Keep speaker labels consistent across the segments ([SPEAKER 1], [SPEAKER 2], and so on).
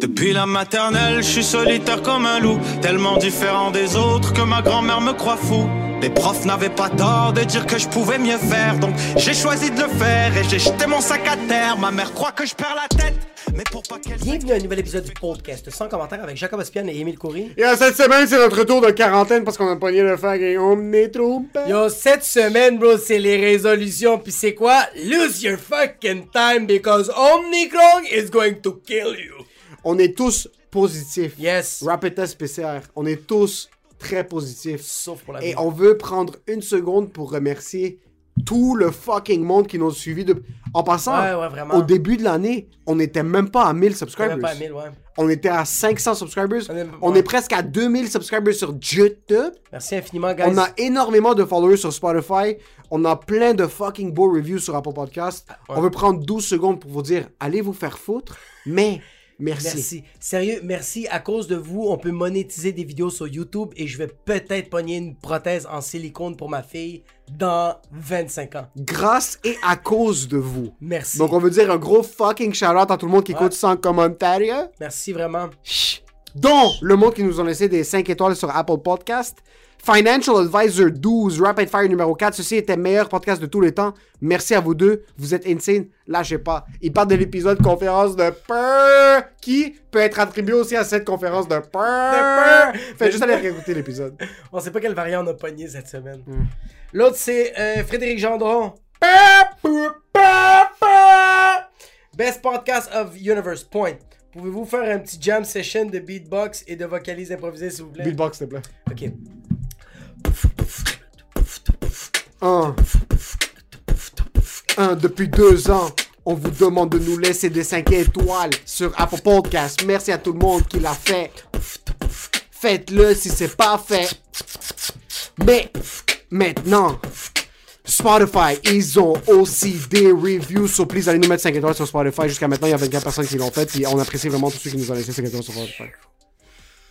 [SPEAKER 1] Depuis la maternelle, je suis solitaire comme un loup, tellement différent des autres que ma grand-mère me croit fou. Les profs n'avaient pas tort de dire que je pouvais mieux faire, donc j'ai choisi de le faire et j'ai jeté mon sac à terre. Ma mère croit que je perds la tête, mais pour pas qu'elle.
[SPEAKER 2] Bienvenue à un nouvel épisode du podcast sans commentaire avec Jacob Aspian et Émile Coury.
[SPEAKER 3] Et euh, cette semaine, c'est notre retour de quarantaine parce qu'on a pogné le fag et on est trop bête.
[SPEAKER 4] Yo, cette semaine, bro, c'est les résolutions. Puis c'est quoi? Lose your fucking time because Omnicron is going to kill you.
[SPEAKER 3] On est tous positifs.
[SPEAKER 4] Yes.
[SPEAKER 3] Rapid test PCR. On est tous très positifs.
[SPEAKER 4] Sauf pour la vie.
[SPEAKER 3] Et on veut prendre une seconde pour remercier tout le fucking monde qui nous a suivis. De... En passant,
[SPEAKER 4] Ouais, ouais, vraiment.
[SPEAKER 3] au début de l'année, on n'était même pas à 1000
[SPEAKER 4] On
[SPEAKER 3] subscribers.
[SPEAKER 4] est pas à 1000, ouais.
[SPEAKER 3] On était à 500 subscribers.
[SPEAKER 4] On
[SPEAKER 3] On
[SPEAKER 4] est-
[SPEAKER 3] est,
[SPEAKER 4] ouais.
[SPEAKER 3] presque à 2000 subscribers sur YouTube.
[SPEAKER 4] Merci infiniment, guys.
[SPEAKER 3] On a énormément de followers sur Spotify. On a plein de fucking beaux reviews sur Apple Podcast. On veut prendre 12 secondes pour vous dire allez vous faire foutre, mais merci.
[SPEAKER 2] Merci. Sérieux, merci. À cause de vous, on peut monétiser des vidéos sur YouTube et je vais peut-être pogner une prothèse en silicone pour ma fille dans 25 ans.
[SPEAKER 3] Grâce et à cause de vous.
[SPEAKER 2] Merci.
[SPEAKER 3] Donc on veut dire un gros fucking shout-out à tout le monde qui
[SPEAKER 2] Ouais.
[SPEAKER 3] écoute sans commentaire.
[SPEAKER 2] Merci vraiment.
[SPEAKER 3] dont le monde qui nous ont laissé des 5 étoiles sur Apple Podcast. Financial Advisor 12, Rapid Fire numéro 4. Ceci était le meilleur podcast de tous les temps. Merci à vous deux. Vous êtes insane. Lâchez pas. Il parle de l'épisode conférence de peur qui peut être attribué aussi à cette conférence de peur.
[SPEAKER 2] De peur.
[SPEAKER 3] Faites juste aller réécouter l'épisode.
[SPEAKER 2] On sait pas quel variant on a pogné cette semaine.
[SPEAKER 3] Hmm.
[SPEAKER 2] L'autre, c'est euh, Frédéric Gendron. Best podcast of universe. Point. Pouvez-vous faire un petit jam session de beatbox et de vocalise improvisée, s'il vous plaît?
[SPEAKER 3] Beatbox, s'il te plaît.
[SPEAKER 2] Ok.
[SPEAKER 3] 1. 1. Depuis deux ans, on vous demande de nous laisser des 5 étoiles sur Apple Podcast. Merci à tout le monde qui l'a fait. Faites-le si c'est pas fait. Mais maintenant, Spotify, ils ont aussi des reviews. So please, allez nous mettre 5 étoiles sur Spotify. Jusqu'à maintenant, il y a 24 personnes qui l'ont fait. Puis on apprécie vraiment tous ceux qui nous ont laissé 5 étoiles sur Spotify.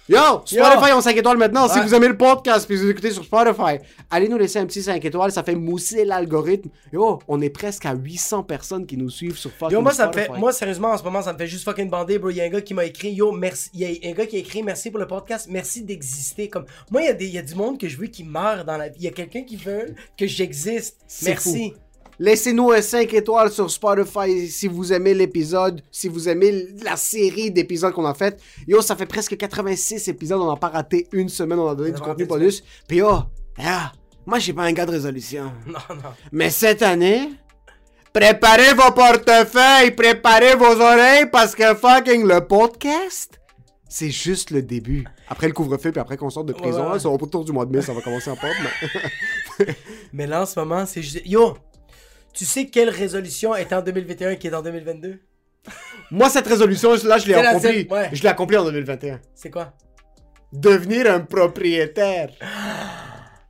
[SPEAKER 3] Yo, Spotify ont 5 étoiles maintenant. Si
[SPEAKER 2] Ouais.
[SPEAKER 3] vous aimez le podcast puis vous écoutez sur Spotify, allez nous laisser un petit 5 étoiles. Ça fait mousser l'algorithme. Yo, on est presque à 800 personnes qui nous suivent sur fucking
[SPEAKER 2] Yo, moi, ça me
[SPEAKER 3] Spotify.
[SPEAKER 2] fait, moi, sérieusement, en ce moment, ça me fait juste fucking bander, bro. Il y a un gars qui m'a écrit, yo, merci. Il y a un gars qui a écrit, merci pour le podcast, merci d'exister. Comme, moi, il y, a des- il y a du monde que je veux qui meurt dans la vie. Il y a quelqu'un qui veut que j'existe.
[SPEAKER 3] C'est
[SPEAKER 2] Merci.
[SPEAKER 3] fou. Laissez-nous un 5 étoiles sur Spotify si vous aimez l'épisode, si vous aimez l- la série d'épisodes qu'on a fait. Yo, ça fait presque 86 épisodes, on n'a pas raté une semaine, on a donné
[SPEAKER 2] On a
[SPEAKER 3] du
[SPEAKER 2] pas
[SPEAKER 3] contenu
[SPEAKER 2] raté une
[SPEAKER 3] bonus. Puis yo, ah, moi j'ai pas un gars de résolution.
[SPEAKER 2] Non, non.
[SPEAKER 3] Mais cette année, préparez vos portefeuilles, préparez vos oreilles parce que fucking le podcast, c'est juste le début. Après le couvre-feu, puis après qu'on sorte de prison,
[SPEAKER 2] Ouais.
[SPEAKER 3] là, c'est au retour du mois de mai, ça va commencer en pop. mais-
[SPEAKER 2] Mais là, en ce moment, c'est juste. Yo, tu sais quelle résolution est en 2021 et qui est en 2022
[SPEAKER 3] Moi, cette résolution, là, je l'ai
[SPEAKER 2] C'est la
[SPEAKER 3] accomplie.
[SPEAKER 2] tienne, ouais.
[SPEAKER 3] Je l'ai accomplie en 2021.
[SPEAKER 2] C'est quoi
[SPEAKER 3] Devenir un propriétaire.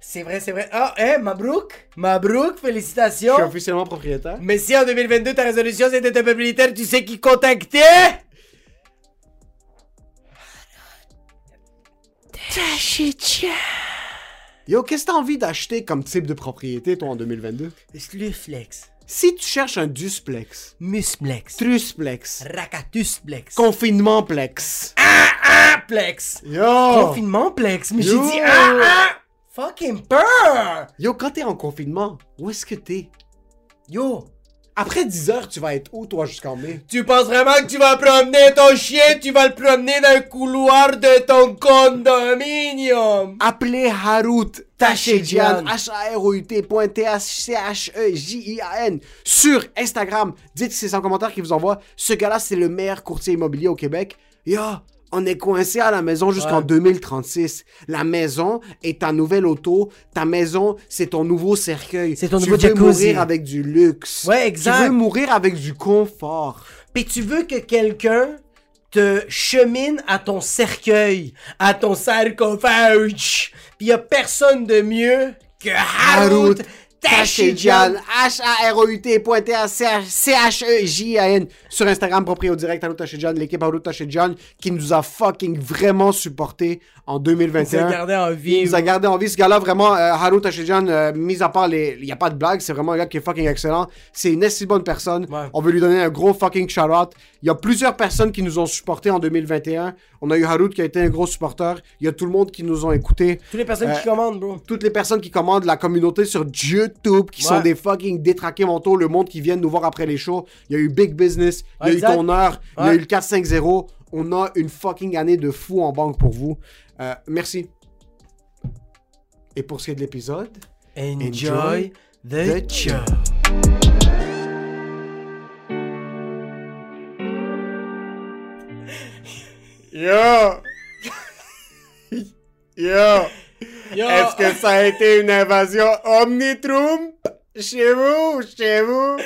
[SPEAKER 2] C'est vrai, c'est vrai. Ah, hein, Mabrouk Mabrouk,
[SPEAKER 3] Je suis
[SPEAKER 2] félicitations
[SPEAKER 3] officiellement propriétaire.
[SPEAKER 2] Mais si en 2022 ta résolution c'était de devenir militaire, tu sais qui contacter
[SPEAKER 3] Yo, qu'est-ce que t'as envie d'acheter comme type de propriété, toi, en 2022?
[SPEAKER 2] Sluflex,
[SPEAKER 3] Si tu cherches un dusplex,
[SPEAKER 2] Musplex,
[SPEAKER 3] trusplex,
[SPEAKER 2] Racatusplex,
[SPEAKER 3] confinementplex.
[SPEAKER 2] Complex,
[SPEAKER 3] Yo!
[SPEAKER 2] Confinementplex, mais j'ai
[SPEAKER 3] Oh. Yo.
[SPEAKER 2] dit ah ah Fucking peur
[SPEAKER 3] Yo, quand t'es en confinement, où est-ce que t'es?
[SPEAKER 2] Yo
[SPEAKER 3] Après 10 heures, tu vas être où, toi, jusqu'en mai?
[SPEAKER 4] Tu penses vraiment que tu vas promener ton chien, tu vas le promener dans le couloir de ton condominium.
[SPEAKER 3] Appelez Harut Tachedjian,
[SPEAKER 2] Tachedjian.
[SPEAKER 3] E H-A-R-O-U-T.T-A-C-H-E-J-I-A-N, sur Instagram. Dites que c'est sans commentaire qui vous envoie. Ce gars-là, c'est le meilleur courtier immobilier au Québec. Yo, on est coincé à la maison jusqu'en 2036. La maison est ta nouvelle auto. Ta maison, c'est ton nouveau cercueil.
[SPEAKER 2] C'est ton
[SPEAKER 3] tu
[SPEAKER 2] nouveau
[SPEAKER 3] veux
[SPEAKER 2] jacuzzi.
[SPEAKER 3] mourir avec du luxe.
[SPEAKER 2] Ouais, exact.
[SPEAKER 3] Tu veux mourir avec du confort.
[SPEAKER 2] Puis tu veux que quelqu'un te chemine à ton cercueil, à ton sarcophage. Puis y a personne de mieux que Harut
[SPEAKER 3] Harut Tachéjian. E H-A-R-O-U-T.T-A-C-H-E-J-A-N. Sur Instagram, proprio direct, Allô Tachéjian, l'équipe Allô Tachéjian, qui nous a fucking vraiment supporté en 2021.
[SPEAKER 2] Regardez en
[SPEAKER 3] Il
[SPEAKER 2] vie.
[SPEAKER 3] nous a gardé en vie. Ce gars-là, vraiment, euh, Haru Tashijan, euh, mis à part les. Il n'y a pas de blague, c'est vraiment un gars qui est fucking excellent. C'est une si bonne personne.
[SPEAKER 2] Ouais.
[SPEAKER 3] On veut lui donner un gros fucking shout-out. Il y a plusieurs personnes qui nous ont supportés en 2021. On a eu Haru qui a été un gros supporter. Il y a tout le monde qui nous ont écoutés.
[SPEAKER 2] Toutes les personnes qui
[SPEAKER 3] Euh,
[SPEAKER 2] commandent, bro.
[SPEAKER 3] Toutes les personnes qui commandent la communauté sur YouTube, qui
[SPEAKER 2] Ouais.
[SPEAKER 3] sont des fucking détraqués mentaux, le monde qui viennent nous voir après les shows. Il y a eu Big Business, il y a
[SPEAKER 2] Ouais, exact.
[SPEAKER 3] eu Ton Heure, il y a
[SPEAKER 2] Ouais.
[SPEAKER 3] eu le 450. On a une fucking année de fou en banque pour vous. Euh, merci. Et pour ce qui est de l'épisode,
[SPEAKER 2] Enjoy the
[SPEAKER 3] the
[SPEAKER 2] show.
[SPEAKER 3] Yo! Yo! É
[SPEAKER 2] Yo,
[SPEAKER 3] Est-ce que ça a été une invasion Omnitrump chez vous, chez vous?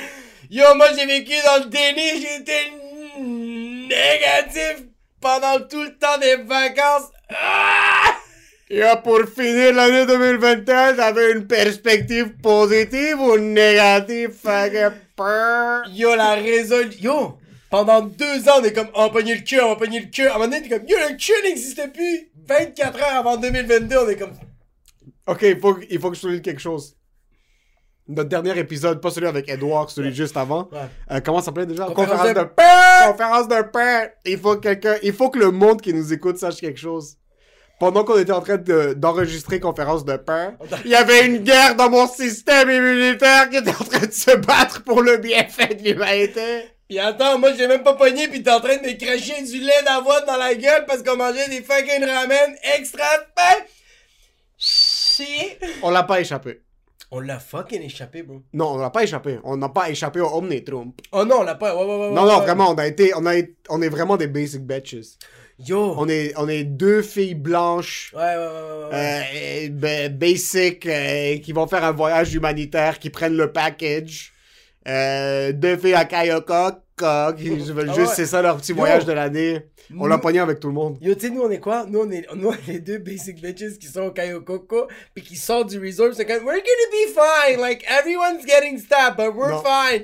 [SPEAKER 2] yo, moi j'ai vécu dans le déni, j'étais négatif pendant tout le temps des vacances. Ah!
[SPEAKER 3] Yo, pour finir l'année 2021, j'avais une perspective positive ou négative? Fait que peur.
[SPEAKER 2] Yo, la résolution. Yo, pendant deux ans, on est comme, on va pogner le cul, on va pogner le cul. À un moment donné, t'es comme, yo, le cul n'existe plus. 24 heures avant 2022, on est comme,
[SPEAKER 3] Ok, il faut, il faut que je souligne quelque chose. Notre dernier épisode, pas celui avec Edward, celui juste avant.
[SPEAKER 2] Ouais.
[SPEAKER 3] Euh, comment ça s'appelait déjà?
[SPEAKER 2] Conférence de
[SPEAKER 3] père! Conférence de père! Il faut, que quelqu'un- il faut que le monde qui nous écoute sache quelque chose. Pendant qu'on était en train de- d'enregistrer conférence de père, il y avait une guerre dans mon système immunitaire qui était en train de se battre pour le bienfait de l'humanité.
[SPEAKER 2] Pis attends, moi j'ai même pas pogné pis t'es en train de me cracher du lait d'avoine dans la gueule parce qu'on mangeait des fucking ramen extra pain. Chier.
[SPEAKER 3] On l'a pas échappé.
[SPEAKER 2] On l'a fucking échappé, bro.
[SPEAKER 3] Non, on l'a pas échappé. On n'a pas échappé au Omnitrump.
[SPEAKER 2] Oh non, on l'a pas. Ouais, ouais, ouais.
[SPEAKER 3] Non,
[SPEAKER 2] ouais,
[SPEAKER 3] non,
[SPEAKER 2] ouais.
[SPEAKER 3] vraiment, on a été, on a, été- on est vraiment des basic bitches.
[SPEAKER 2] Yo.
[SPEAKER 3] On est, on est deux filles blanches,
[SPEAKER 2] Ouais, ouais, ouais, ouais, ouais.
[SPEAKER 3] euh, et- ben, basic, euh, qui vont faire un voyage humanitaire, qui prennent le package. Euh, deux filles à Kayoko, qui je veux
[SPEAKER 2] Ah
[SPEAKER 3] juste,
[SPEAKER 2] ouais.
[SPEAKER 3] c'est ça leur petit voyage de l'année. Euh, On l'a pogné avec tout le monde.
[SPEAKER 2] Yo, tu sais, nous on est quoi? Nous on est, nous, on est les deux basic bitches qui sont au Kayokoko pis qui sortent du resort. C'est comme, we're gonna be fine. Like, everyone's getting stabbed, but we're
[SPEAKER 3] Non.
[SPEAKER 2] fine.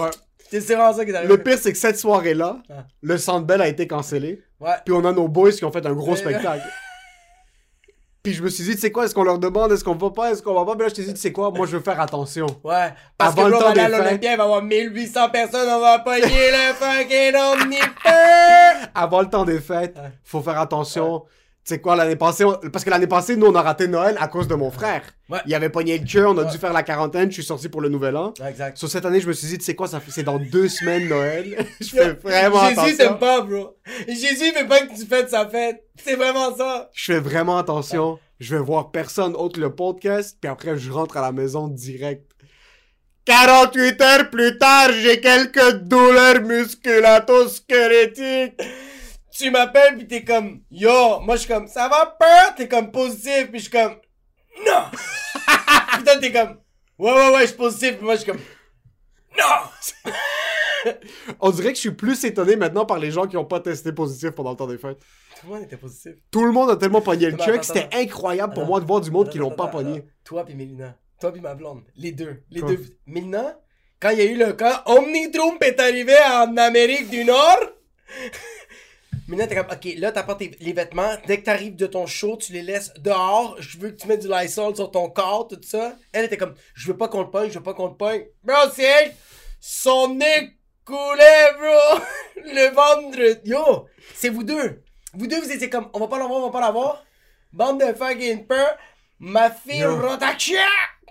[SPEAKER 3] Ouais.
[SPEAKER 2] C'est c'est vraiment ça qui est arrivé.
[SPEAKER 3] Le pire, c'est que cette soirée-là,
[SPEAKER 2] Ah.
[SPEAKER 3] le Centre Bell a été cancellé.
[SPEAKER 2] Ouais.
[SPEAKER 3] Puis on a nos boys qui ont fait un gros
[SPEAKER 2] Ouais.
[SPEAKER 3] spectacle. Puis je me suis dit, tu sais quoi, est-ce qu'on leur demande, est-ce qu'on va pas, est-ce qu'on va pas? Puis là, je t'ai dit, tu sais quoi, moi je veux faire attention.
[SPEAKER 2] Ouais, parce
[SPEAKER 3] Avant
[SPEAKER 2] que
[SPEAKER 3] le
[SPEAKER 2] bro,
[SPEAKER 3] temps
[SPEAKER 2] on va aller à
[SPEAKER 3] des fêtes.
[SPEAKER 2] l'Olympia, il va y avoir 1800 personnes, on va pogner le fucking omnipeur!
[SPEAKER 3] avant le temps des fêtes, faut faire attention. Tu sais quoi, l'année passée, on- parce que l'année passée, nous, on a raté Noël à cause de mon frère.
[SPEAKER 2] Ouais.
[SPEAKER 3] Il avait pogné le cœur, on a dû faire la quarantaine, je suis sorti pour le nouvel an.
[SPEAKER 2] exact.
[SPEAKER 3] Sur cette année, je me suis dit, tu sais quoi, ça fait- c'est dans deux semaines Noël. je fais vraiment
[SPEAKER 2] Jésus
[SPEAKER 3] attention.
[SPEAKER 2] t'aime pas, bro. Jésus veut pas que tu fêtes sa fête. C'est vraiment ça.
[SPEAKER 3] Je fais vraiment attention. Je vais voir personne autre que le podcast, puis après, je rentre à la maison direct. 48 heures plus tard, j'ai quelques douleurs musculato-squelettiques.
[SPEAKER 2] Tu m'appelles pis t'es comme, yo, moi je suis comme, ça va peur? T'es comme positif pis je suis comme, non! pis toi t'es comme, ouais, ouais, ouais, je suis positif pis moi je suis comme, non!
[SPEAKER 3] On dirait que je suis plus étonné maintenant par les gens qui n'ont pas testé positif pendant le temps des fêtes.
[SPEAKER 2] Tout le monde était positif.
[SPEAKER 3] Tout le monde a tellement pogné le
[SPEAKER 2] Attends,
[SPEAKER 3] cul que
[SPEAKER 2] attends,
[SPEAKER 3] c'était
[SPEAKER 2] attends.
[SPEAKER 3] incroyable pour
[SPEAKER 2] Attends,
[SPEAKER 3] moi de voir du monde
[SPEAKER 2] Attends,
[SPEAKER 3] qui l'ont
[SPEAKER 2] attends,
[SPEAKER 3] pas
[SPEAKER 2] attends,
[SPEAKER 3] pogné.
[SPEAKER 2] attends. Toi puis Mélina. Toi puis ma blonde. Les deux. Les
[SPEAKER 3] Quoi?
[SPEAKER 2] deux. Mélina, quand il y a eu le cas, Omnitrump est arrivé en Amérique du Nord. Mélina, t'es comme, ok, là, t'apportes tes- les vêtements. Dès que t'arrives de ton show, tu les laisses dehors. Je veux que tu mettes du Lysol sur ton corps, tout ça. Elle était comme, je veux pas qu'on le pogne, je veux pas qu'on le pogne. Bro, c'est elle. Son nez coulait, bro. Le vendredi. Yo, c'est vous deux. Vous deux, vous étiez comme, on va pas l'avoir, on va pas l'avoir. Bande de fucking peur. Ma fille,
[SPEAKER 3] Yo.
[SPEAKER 2] Rotakia.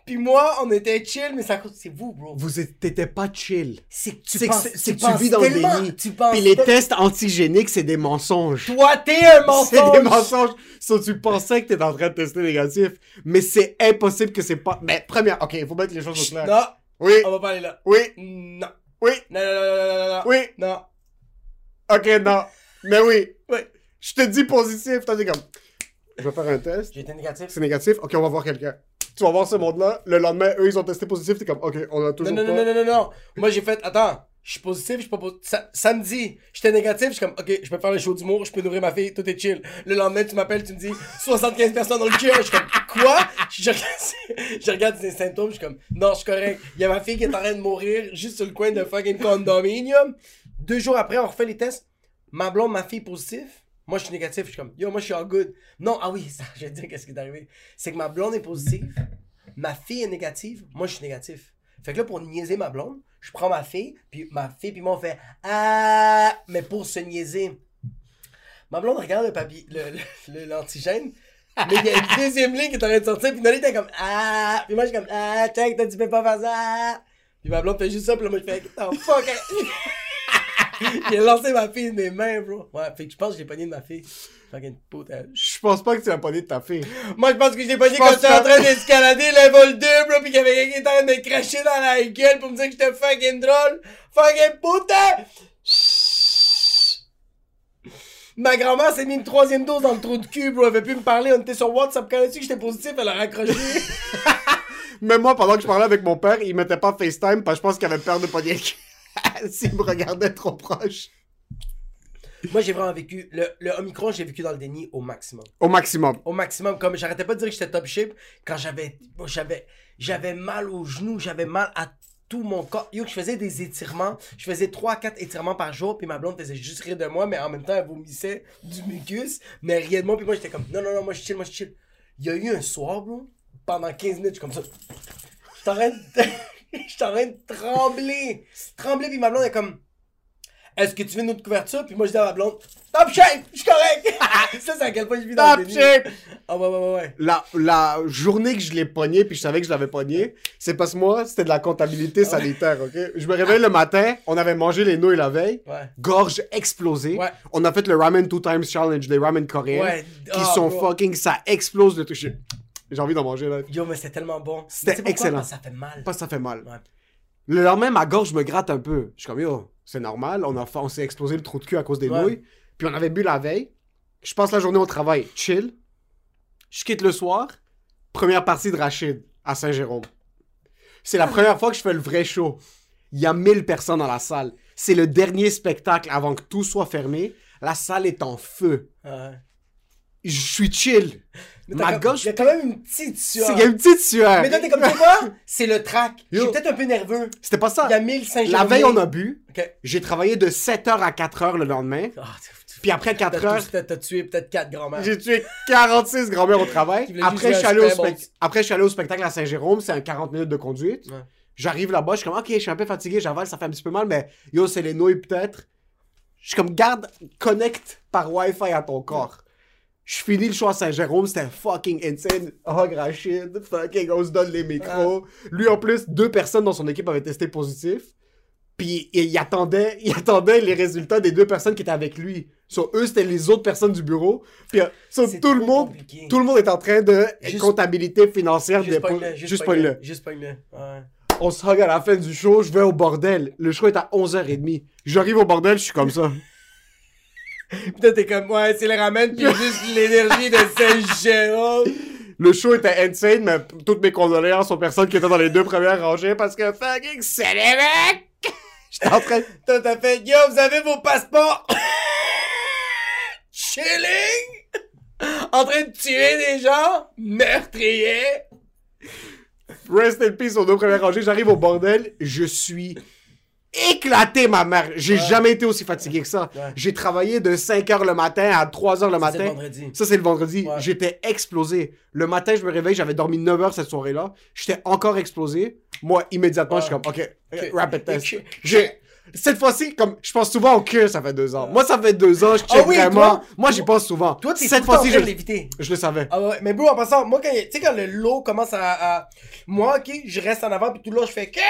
[SPEAKER 2] Puis moi, on était chill, mais ça coûte. C'est vous, bro.
[SPEAKER 3] Vous êtes- t'étais pas chill.
[SPEAKER 2] C'est que
[SPEAKER 3] C'est
[SPEAKER 2] tu,
[SPEAKER 3] que
[SPEAKER 2] penses,
[SPEAKER 3] c'est- c'est
[SPEAKER 2] tu
[SPEAKER 3] que tu
[SPEAKER 2] penses
[SPEAKER 3] vis dans le
[SPEAKER 2] tellement.
[SPEAKER 3] déni.
[SPEAKER 2] Tu penses.
[SPEAKER 3] Puis les
[SPEAKER 2] te-
[SPEAKER 3] tests antigéniques, c'est des mensonges.
[SPEAKER 2] Toi, t'es un
[SPEAKER 3] C'est
[SPEAKER 2] mensonge.
[SPEAKER 3] des mensonges. So, tu pensais que t'étais en train de tester négatif, mais c'est impossible que c'est pas. Mais première, ok, il faut mettre les choses au clair.
[SPEAKER 2] Non,
[SPEAKER 3] Oui,
[SPEAKER 2] on va pas aller là.
[SPEAKER 3] oui,
[SPEAKER 2] Non.
[SPEAKER 3] oui,
[SPEAKER 2] Non, non, non, non, non, non.
[SPEAKER 3] oui.
[SPEAKER 2] Non.
[SPEAKER 3] Ok, non. Mais oui,
[SPEAKER 2] Oui.
[SPEAKER 3] je te dis positif. T'as dit comme, je vais faire un test.
[SPEAKER 2] J'ai été négatif.
[SPEAKER 3] c'est négatif, ok, on va voir quelqu'un. Tu vas voir ce monde-là, le lendemain, eux, ils ont testé positif, t'es comme, ok, on a
[SPEAKER 2] Non,
[SPEAKER 3] toujours
[SPEAKER 2] non,
[SPEAKER 3] pas...
[SPEAKER 2] non, non, non, non, non. Moi, j'ai fait. Attends. je suis positif, je suis pas positif. Sa- samedi, j'étais négatif, je suis comme, ok, je peux faire le show d'humour, je peux nourrir ma fille, tout est chill. Le lendemain, tu m'appelles, tu me dis, 75 personnes dans le cœur, je suis comme, quoi? Je regarde, je regarde les symptômes, je suis comme, non, je suis correct. Il y a ma fille qui est en train de mourir juste sur le coin de fucking condominium. Deux jours après, on refait les tests. Ma blonde, ma fille positive. Moi, je suis négatif, je suis comme, yo, moi, je suis en good. Non, ah oui, ça, je vais te dire qu'est-ce qui est arrivé. C'est que ma blonde est positive, ma fille est négative, moi, je suis négatif. Fait que là, pour niaiser ma blonde, je prends ma fille, puis ma fille, puis moi, on fait Ah! Mais pour se niaiser. Ma blonde regarde le papier, le, le- le- l'antigène, mais il y a une deuxième ligne qui est en train de sortir, puis Nolly était comme Ah! Puis moi, je suis comme Ah, check, toi, tu peux pas faire ça! Puis ma blonde fait juste ça, puis là, moi, je fais Oh fuck! J'ai lancé ma fille de mes mains, bro. Ouais, fait que je pense que j'ai pogné de ma fille. Fucking putain.
[SPEAKER 3] Je pense pas que tu vas pas de ta fille.
[SPEAKER 2] Moi, je pense que j'ai pas dit
[SPEAKER 3] pense
[SPEAKER 2] quand j'étais en
[SPEAKER 3] que-
[SPEAKER 2] train d'escalader le vol 2, bro, pis qu'il y avait quelqu'un qui était en train de me cracher dans la gueule pour me dire que j'étais fucking drôle. Fucking putain! Ma grand-mère s'est mis une troisième dose dans le trou de cul, bro. Elle veut plus me parler. On était sur WhatsApp. Quand elle a su que j'étais positif, elle a raccroché.
[SPEAKER 3] Même moi, pendant que je parlais avec mon père, il mettait pas FaceTime parce que je pense qu'il avait peur de pogner le- s'il me regardait trop proche.
[SPEAKER 2] Moi, j'ai vraiment vécu. Le, le Omicron, j'ai vécu dans le déni au maximum.
[SPEAKER 3] Au maximum.
[SPEAKER 2] au maximum. Comme j'arrêtais pas de dire que j'étais top shape quand j'avais moi, j'avais j'avais mal aux genoux, j'avais mal à tout mon corps. Yo, je faisais des étirements, je faisais 3 4 étirements par jour, puis ma blonde faisait juste rire de moi, mais en même temps elle vomissait du mucus, mais rien de moi, puis moi j'étais comme non non non, moi je chill, moi je chill. Il y a eu un soir, bro, pendant 15 minutes, je suis comme ça. Je t'en je t'en train de trembler, trembler, puis ma blonde est comme est-ce que tu veux une autre couverture? Puis moi, je dis à ma blonde, Top shape! Je suis correct! ça, c'est à quel point je vis dans le
[SPEAKER 3] Top
[SPEAKER 2] déni.
[SPEAKER 3] shape!
[SPEAKER 2] Ah ouais, ouais, ouais, ouais.
[SPEAKER 3] La, la journée que je l'ai pogné, puis je savais que je l'avais pogné, c'est parce que moi, c'était de la comptabilité
[SPEAKER 2] Ah
[SPEAKER 3] sanitaire, ok? Je me réveille le matin, on avait mangé les nouilles la veille,
[SPEAKER 2] Ouais.
[SPEAKER 3] gorge explosée.
[SPEAKER 2] Ouais.
[SPEAKER 3] On a fait le Ramen Two Times Challenge des ramen coréens,
[SPEAKER 2] Ouais.
[SPEAKER 3] qui
[SPEAKER 2] Ah,
[SPEAKER 3] sont
[SPEAKER 2] bro.
[SPEAKER 3] fucking, ça explose de tout. J'ai j'ai envie d'en manger, là.
[SPEAKER 2] Yo, mais c'était tellement bon.
[SPEAKER 3] C'était
[SPEAKER 2] Mais tu sais pourquoi?
[SPEAKER 3] excellent.
[SPEAKER 2] Parce que ça fait mal.
[SPEAKER 3] Pas que ça fait mal.
[SPEAKER 2] Ouais.
[SPEAKER 3] Le lendemain, ma gorge me gratte un peu. Je suis comme, yo, c'est normal, on, a fa- on s'est explosé le trou de cul à cause des
[SPEAKER 2] Ouais.
[SPEAKER 3] nouilles. Puis on avait bu la veille. Je passe la journée au travail, chill. Je quitte le soir. Première partie de Rachid à Saint-Jérôme. C'est la première fois que je fais le vrai show. Il y a 1000 personnes dans la salle. C'est le dernier spectacle avant que tout soit fermé. La salle est en feu.
[SPEAKER 2] Ouais.
[SPEAKER 3] Je suis chill.
[SPEAKER 2] Mais t'as
[SPEAKER 3] Ma
[SPEAKER 2] comme-
[SPEAKER 3] gorge-
[SPEAKER 2] Il y a quand même une petite
[SPEAKER 3] C'est-
[SPEAKER 2] sueur.
[SPEAKER 3] Il y a une petite sueur.
[SPEAKER 2] Mais toi, t'es comme, tu vois, c'est le track. Je
[SPEAKER 3] Yo.
[SPEAKER 2] suis peut-être un peu nerveux.
[SPEAKER 3] C'était pas ça.
[SPEAKER 2] Il y a 1500
[SPEAKER 3] La veille, on a bu.
[SPEAKER 2] Ok.
[SPEAKER 3] J'ai travaillé de 7h à 4h le lendemain.
[SPEAKER 2] Ah, tu- tu-
[SPEAKER 3] Puis après 4
[SPEAKER 2] t'as
[SPEAKER 3] heures,
[SPEAKER 2] tous- T'as t'as tué peut-être 4 grands-mères.
[SPEAKER 3] j'ai tué 46 grand-mères au
[SPEAKER 2] Tu
[SPEAKER 3] travail.
[SPEAKER 2] voulais juste
[SPEAKER 3] Après je, suis
[SPEAKER 2] jouer à
[SPEAKER 3] allé au
[SPEAKER 2] Scrabble.
[SPEAKER 3] spec- Après, je suis allé au spectacle à Saint-Jérôme. C'est un 40 minutes de conduite.
[SPEAKER 2] Ouais.
[SPEAKER 3] J'arrive là-bas, je suis comme, OK, je suis un peu fatigué, j'avale, ça fait un petit peu mal, mais yo, c'est les nouilles peut-être. Je suis comme, garde, connecte par Wi-Fi à ton corps. Je finis le show à Saint-Jérôme, c'était fucking insane. Hug Rachid, fucking, on se donne les micros.
[SPEAKER 2] Ah.
[SPEAKER 3] Lui, en plus, deux personnes dans son équipe avaient testé positif. Puis il, il attendait, il attendait les résultats des deux personnes qui étaient avec lui. Sur eux, c'était les autres personnes du bureau. Puis euh, sur
[SPEAKER 2] C'est
[SPEAKER 3] tout le
[SPEAKER 2] trop
[SPEAKER 3] monde,
[SPEAKER 2] compliqué.
[SPEAKER 3] tout le monde est en train de
[SPEAKER 2] Juste-
[SPEAKER 3] comptabilité financière des
[SPEAKER 2] Juste pogne-le,
[SPEAKER 3] juste
[SPEAKER 2] juste
[SPEAKER 3] pas
[SPEAKER 2] pogne-le.
[SPEAKER 3] le.
[SPEAKER 2] Juste pogne-le. Ouais.
[SPEAKER 3] On se hug à la fin du show, je vais au bordel. Le show est à 11h30. J'arrive au bordel, je suis comme ça.
[SPEAKER 2] Peut-être t'es comme, ouais, c'est les ramen, puis juste l'énergie de Saint-Jérôme.
[SPEAKER 3] Le show était insane, mais p- toutes mes condoléances aux personnes qui étaient dans les deux premières rangées parce que fucking c'est les mecs! J'étais en train.
[SPEAKER 2] Toi, t'as fait, yo, vous avez vos passeports! Chilling! En train de tuer des gens! Meurtrier!
[SPEAKER 3] Rest in peace aux deux premières rangées. J'arrive au bordel, je suis éclaté, ma mère. J'ai jamais été aussi fatigué que ça.
[SPEAKER 2] Ouais.
[SPEAKER 3] J'ai travaillé de 5h le matin à 3h le
[SPEAKER 2] C'est le
[SPEAKER 3] matin.
[SPEAKER 2] vendredi.
[SPEAKER 3] Ça, c'est le vendredi.
[SPEAKER 2] Ouais.
[SPEAKER 3] J'étais explosé. Le matin, je me réveille, j'avais dormi 9 heures cette soirée-là. J'étais encore explosé. Moi, immédiatement,
[SPEAKER 2] Ouais.
[SPEAKER 3] je suis comme, OK,
[SPEAKER 2] Ok.
[SPEAKER 3] rapid test.
[SPEAKER 2] Ok.
[SPEAKER 3] J'ai- Cette fois-ci, comme je pense souvent au cul, ça fait deux ans. Moi, ça fait deux ans, je check
[SPEAKER 2] Ah oui,
[SPEAKER 3] vraiment.
[SPEAKER 2] toi-
[SPEAKER 3] Moi, j'y pense souvent.
[SPEAKER 2] Toi, t'es
[SPEAKER 3] cette
[SPEAKER 2] tout le temps
[SPEAKER 3] fois-ci,
[SPEAKER 2] en train
[SPEAKER 3] je...
[SPEAKER 2] de l'éviter.
[SPEAKER 3] je le savais.
[SPEAKER 2] Ah ouais, mais bro, en passant, moi, quand, tu sais, quand le lot commence à, à- Moi, ok, je reste en avant, puis tout le long, je fais. Puis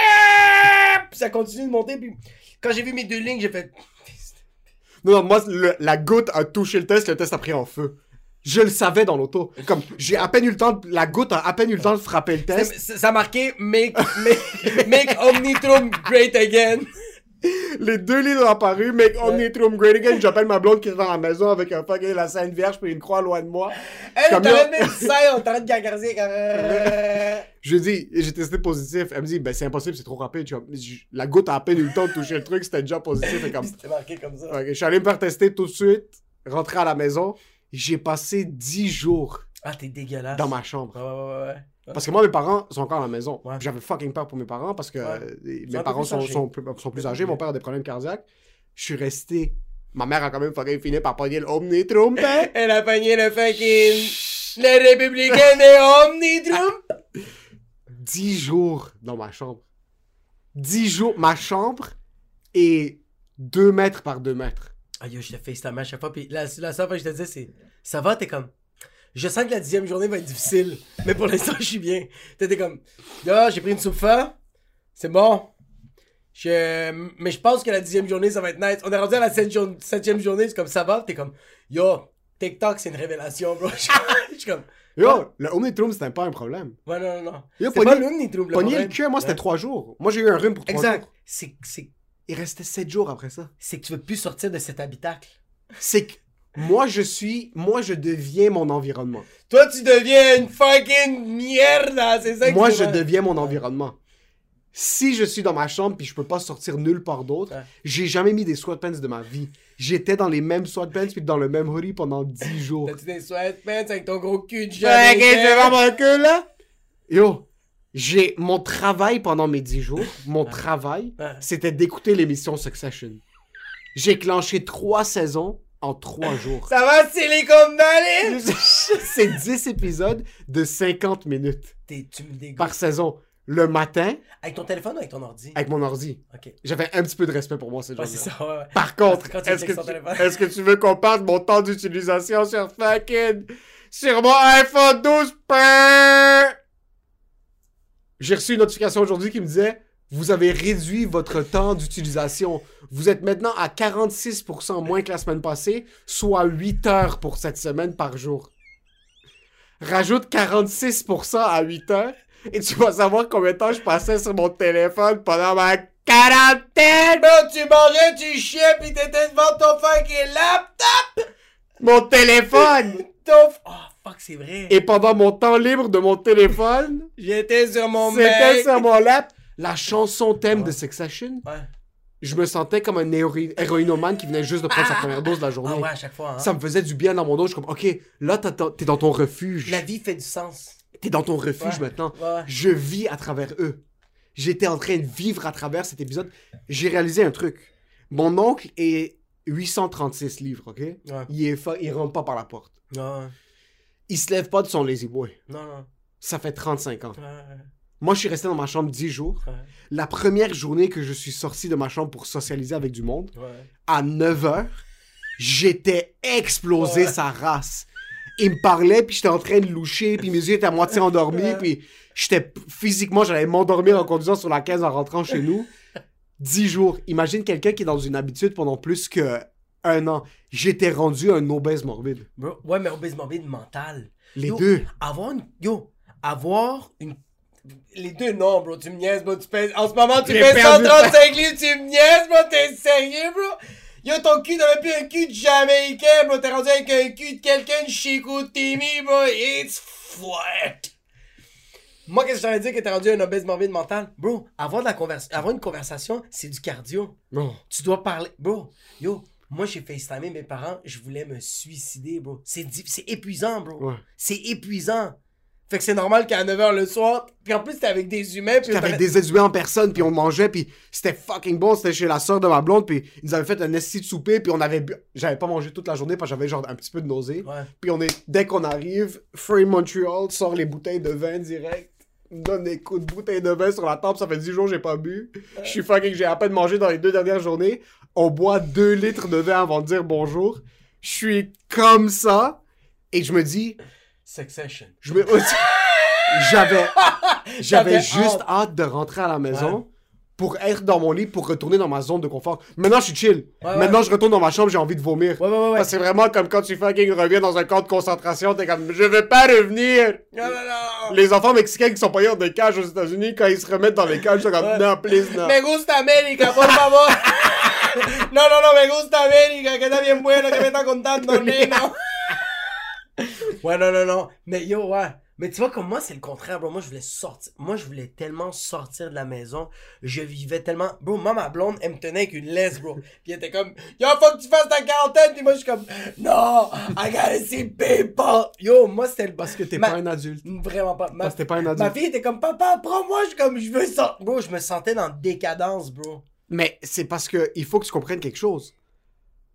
[SPEAKER 2] ça continue de monter, puis quand j'ai vu mes deux lignes, j'ai fait.
[SPEAKER 3] Non, non, moi, le- la goutte a touché le test, le test a pris en feu. Je le savais dans l'auto. Comme j'ai à peine eu le temps, de- la goutte a à peine eu le temps de frapper le test.
[SPEAKER 2] Ça ça marquait Make, make, make Omnitron Great Again.
[SPEAKER 3] Les deux lits dans Paris, mec, Omnitroom Great Again. J'appelle ma blonde qui est dans la maison avec un fucking la Sainte Vierge puis une croix loin de moi.
[SPEAKER 4] Elle,
[SPEAKER 3] Comme
[SPEAKER 4] t'as
[SPEAKER 3] là-
[SPEAKER 4] même même ça, on t'arrête de gargariser. comme, euh,
[SPEAKER 3] Je lui dis, j'ai testé positif. Elle me dit, ben c'est impossible, c'est trop rapide. Je suis comme, J- la goutte a à peine eu le temps de toucher le truc, c'était déjà positif. Et comme,
[SPEAKER 4] C'était marqué comme ça.
[SPEAKER 3] Ok, je suis allé me faire tester tout de suite, rentrer à la maison. J'ai passé 10 jours
[SPEAKER 4] Ah, t'es dégueulasse.
[SPEAKER 3] dans ma chambre.
[SPEAKER 4] Ouais, ouais, ouais, ouais.
[SPEAKER 3] Parce que moi, mes parents sont encore à la maison.
[SPEAKER 4] Ouais.
[SPEAKER 3] J'avais fucking peur pour mes parents parce que euh,
[SPEAKER 4] un
[SPEAKER 3] mes
[SPEAKER 4] peu
[SPEAKER 3] parents
[SPEAKER 4] plus
[SPEAKER 3] sont,
[SPEAKER 4] âgés.
[SPEAKER 3] sont plus, sont plus
[SPEAKER 4] peu
[SPEAKER 3] âgés.
[SPEAKER 4] plus
[SPEAKER 3] Mon père a des problèmes cardiaques. Je suis resté. Ma mère a quand même fucking fini par pogner l'omnitrumpe.
[SPEAKER 4] Elle a pogné le fucking. Le républicain de Omnidrum.
[SPEAKER 3] 10 jours dans ma chambre. 10 jours. Ma chambre est 2 mètres par 2 mètres.
[SPEAKER 2] Ah yo, je te FaceTime à chaque fois. Puis la, la seule fois que je te dis, c'est ça va, t'es comme. Je sens que la dixième journée va être difficile, mais pour l'instant, je suis bien. T'étais comme.
[SPEAKER 4] Là, j'ai pris une soupe fin. C'est bon. Je... Mais je pense que la dixième journée, ça va être nice. On est rendu à la sept jour- septième journée, c'est comme ça va. T'es comme, yo, TikTok, c'est une révélation, bro. je suis comme,
[SPEAKER 3] Yo, le omnitrum, c'était pas un problème.
[SPEAKER 4] ouais, non, non, non.
[SPEAKER 3] Yo,
[SPEAKER 4] C'est pas
[SPEAKER 3] pogner,
[SPEAKER 4] l'une ni trouble.
[SPEAKER 3] pogner le cul, moi, c'était 3 jours. Moi, j'ai eu un rhume pour 3
[SPEAKER 2] Exact.
[SPEAKER 3] jours.
[SPEAKER 2] C'est c'est-
[SPEAKER 3] Il restait 7 jours après ça.
[SPEAKER 2] c'est que tu veux plus sortir de cet habitacle.
[SPEAKER 3] c'est que moi je suis, moi je deviens mon environnement.
[SPEAKER 4] Toi, tu deviens une fucking merde, là, c'est ça que
[SPEAKER 3] Moi
[SPEAKER 4] tu
[SPEAKER 3] je
[SPEAKER 4] vas-
[SPEAKER 3] deviens mon environnement. Si je suis dans ma chambre puis je peux pas sortir nulle part d'autre,
[SPEAKER 4] Ouais.
[SPEAKER 3] j'ai jamais mis des sweatpants de ma vie. J'étais dans les mêmes sweatpants puis dans le même hoodie pendant 10 jours.
[SPEAKER 4] T'as-tu des sweatpants avec ton gros cul de
[SPEAKER 3] Ouais,
[SPEAKER 4] jeune?
[SPEAKER 3] ok, je vais voir mon cul, là. Yo, j'ai mon travail pendant mes 10 jours. Mon travail,
[SPEAKER 2] Ah.
[SPEAKER 4] Ouais.
[SPEAKER 3] c'était d'écouter l'émission Succession. J'ai clenché 3 saisons en 3 jours.
[SPEAKER 4] Ça va, Silicon Valley?
[SPEAKER 3] C'est 10 épisodes de 50 minutes
[SPEAKER 2] T'es- Tu me dégoûtes.
[SPEAKER 3] par saison. Le matin,
[SPEAKER 2] Avec ton téléphone ou avec ton ordi?
[SPEAKER 3] avec mon ordi.
[SPEAKER 2] Ok.
[SPEAKER 3] J'avais un petit peu de respect pour moi, ces
[SPEAKER 2] Ouais,
[SPEAKER 3] gens-là.
[SPEAKER 2] c'est ça, ouais, ouais.
[SPEAKER 3] Par contre,
[SPEAKER 2] Quand tu
[SPEAKER 3] est-ce que,
[SPEAKER 2] checkes son téléphone.
[SPEAKER 3] tu- est-ce que tu veux qu'on parle de mon temps d'utilisation sur fucking... Sur mon iPhone 12 Pro? J'ai reçu une notification aujourd'hui qui me disait « Vous avez réduit votre temps d'utilisation. Vous êtes maintenant à 46% moins que la semaine passée, soit 8 heures pour cette semaine par jour. » Rajoute 46% à 8 heures et tu vas savoir combien de temps je passais sur mon téléphone pendant ma quarantaine!
[SPEAKER 4] Bro, tu mangeais, tu chiais, pis t'étais devant ton fucking laptop!
[SPEAKER 3] mon téléphone
[SPEAKER 4] Ton f-
[SPEAKER 2] Oh fuck, c'est vrai.
[SPEAKER 3] et pendant mon temps libre de mon téléphone,
[SPEAKER 4] J'étais sur mon
[SPEAKER 3] c'était
[SPEAKER 4] Oh, mec.
[SPEAKER 3] sur mon lap la chanson thème de Succession.
[SPEAKER 2] Ouais.
[SPEAKER 3] Je me sentais comme un héroï- héroïnomane qui venait juste de prendre sa première dose de la
[SPEAKER 2] Ah
[SPEAKER 3] journée.
[SPEAKER 2] ouais, à chaque fois. hein.
[SPEAKER 3] Ça me faisait du bien dans mon dos. Je suis comme, ok, là, t'as- t'as- t'es dans ton refuge.
[SPEAKER 2] La vie fait du sens.
[SPEAKER 3] T'es dans ton refuge
[SPEAKER 2] Ouais.
[SPEAKER 3] maintenant.
[SPEAKER 2] Ouais.
[SPEAKER 3] Je vis à travers eux. J'étais en train de vivre à travers cet épisode. J'ai réalisé un truc. Mon oncle est 836 livres, ok? Il, est fa- il rentre pas par la porte.
[SPEAKER 2] Non,
[SPEAKER 3] Il se lève pas de son lazy boy.
[SPEAKER 2] non, non.
[SPEAKER 3] Ça fait 35 ans.
[SPEAKER 2] Ouais.
[SPEAKER 3] Moi, je suis resté dans ma chambre 10 jours.
[SPEAKER 2] Ouais.
[SPEAKER 3] La première journée que je suis sorti de ma chambre pour socialiser avec du monde,
[SPEAKER 2] Ouais.
[SPEAKER 3] à 9h, j'étais explosé
[SPEAKER 4] Ouais.
[SPEAKER 3] sa race. Il me parlait, puis j'étais en train de loucher, puis mes yeux étaient à moitié endormis, puis j'étais physiquement, j'allais m'endormir en conduisant sur la caisse en rentrant chez nous. 10 jours. Imagine quelqu'un qui est dans une habitude pendant plus que un an. J'étais rendu un obèse morbide.
[SPEAKER 2] Bro, ouais, mais obèse morbide mental.
[SPEAKER 3] Les
[SPEAKER 2] Yo,
[SPEAKER 3] deux.
[SPEAKER 2] Avoir une. Yo, avoir une.
[SPEAKER 4] Les deux non, bro, tu me niaises, bro, tu pèses... En ce moment, tu
[SPEAKER 3] J'ai
[SPEAKER 4] pèses
[SPEAKER 3] perdu
[SPEAKER 4] 135 livres, tu me niaises, bro, t'es sérieux, bro? Yo, ton cul t'avais plus un cul de Jamaïcain, bro, t'es rendu avec un cul de quelqu'un de Chicoutimi, bro, it's flat!
[SPEAKER 2] Moi, qu'est-ce que j'aurais dit que t'es rendu un obèse morbide mental? Bro, avoir, de la converse... avoir une conversation, c'est du cardio.
[SPEAKER 3] Non.
[SPEAKER 2] Tu dois parler. Bro, yo, moi, j'ai FaceTimé mes parents, je voulais me suicider, bro. C'est diff- c'est épuisant, bro.
[SPEAKER 3] Ouais.
[SPEAKER 2] C'est épuisant.
[SPEAKER 4] Fait que c'est normal qu'à 9h le soir, puis en plus t'es avec des humains, puis
[SPEAKER 3] J'étais avec des édués en personne, puis on mangeait, puis c'était fucking bon. C'était chez la soeur de ma blonde, puis ils nous avaient fait un esti de souper, puis on avait bu... J'avais pas mangé toute la journée parce que j'avais genre un petit peu de nausée.
[SPEAKER 2] Ouais.
[SPEAKER 3] Puis on est... dès qu'on arrive, Free Montreal sort les bouteilles de vin direct, me donne des coups de bouteilles de vin sur la table. Ça fait 10 jours que j'ai pas bu. Je suis fucking... J'ai à peine mangé dans les deux dernières journées. On boit 2 litres de vin avant de dire bonjour. Je suis comme ça, et je me dis...
[SPEAKER 2] Succession.
[SPEAKER 3] Je me aussi- J'avais. J'avais
[SPEAKER 4] T'avais
[SPEAKER 3] juste hâte de rentrer à la maison, pour être dans mon lit, pour retourner dans ma zone de confort. Maintenant, je suis chill. Maintenant, je retourne dans ma chambre, j'ai envie de vomir.
[SPEAKER 2] Ouais, ouais, ouais, ouais.
[SPEAKER 3] Parce que C'est vraiment comme quand tu fucking reviens dans un camp de concentration, t'es comme, je veux pas revenir.
[SPEAKER 4] Non, non, non.
[SPEAKER 3] Les enfants mexicains qui sont pas hors de cage aux États-Unis, quand ils se remettent dans les cages, ils sont comme, non, please, non.
[SPEAKER 4] Me gusta América, por favor. No, no, no, me gusta América, que está bien bueno, que me está contando, nena.
[SPEAKER 2] Ouais, non, non, non. Mais yo, ouais. Mais tu vois, comme moi, c'est le contraire, bro. Moi, je voulais sortir. Moi, je voulais tellement sortir de la maison. Je vivais tellement. Bro, moi, ma blonde, elle me tenait avec une laisse, bro.
[SPEAKER 4] Puis elle était comme, yo, faut que tu fasses ta quarantaine. Puis moi, je suis comme, non, I gotta see people.
[SPEAKER 2] Yo, moi, c'était le.
[SPEAKER 3] Parce que t'es
[SPEAKER 2] Ma-
[SPEAKER 3] pas un adulte.
[SPEAKER 2] Vraiment pas. Ma...
[SPEAKER 3] Parce que t'es pas un
[SPEAKER 4] Ma
[SPEAKER 3] adulte.
[SPEAKER 4] fille était comme, papa, prends-moi, je suis comme, je veux sortir.
[SPEAKER 2] Bro, je me sentais dans décadence, bro.
[SPEAKER 3] Mais c'est parce que il faut que tu comprennes quelque chose.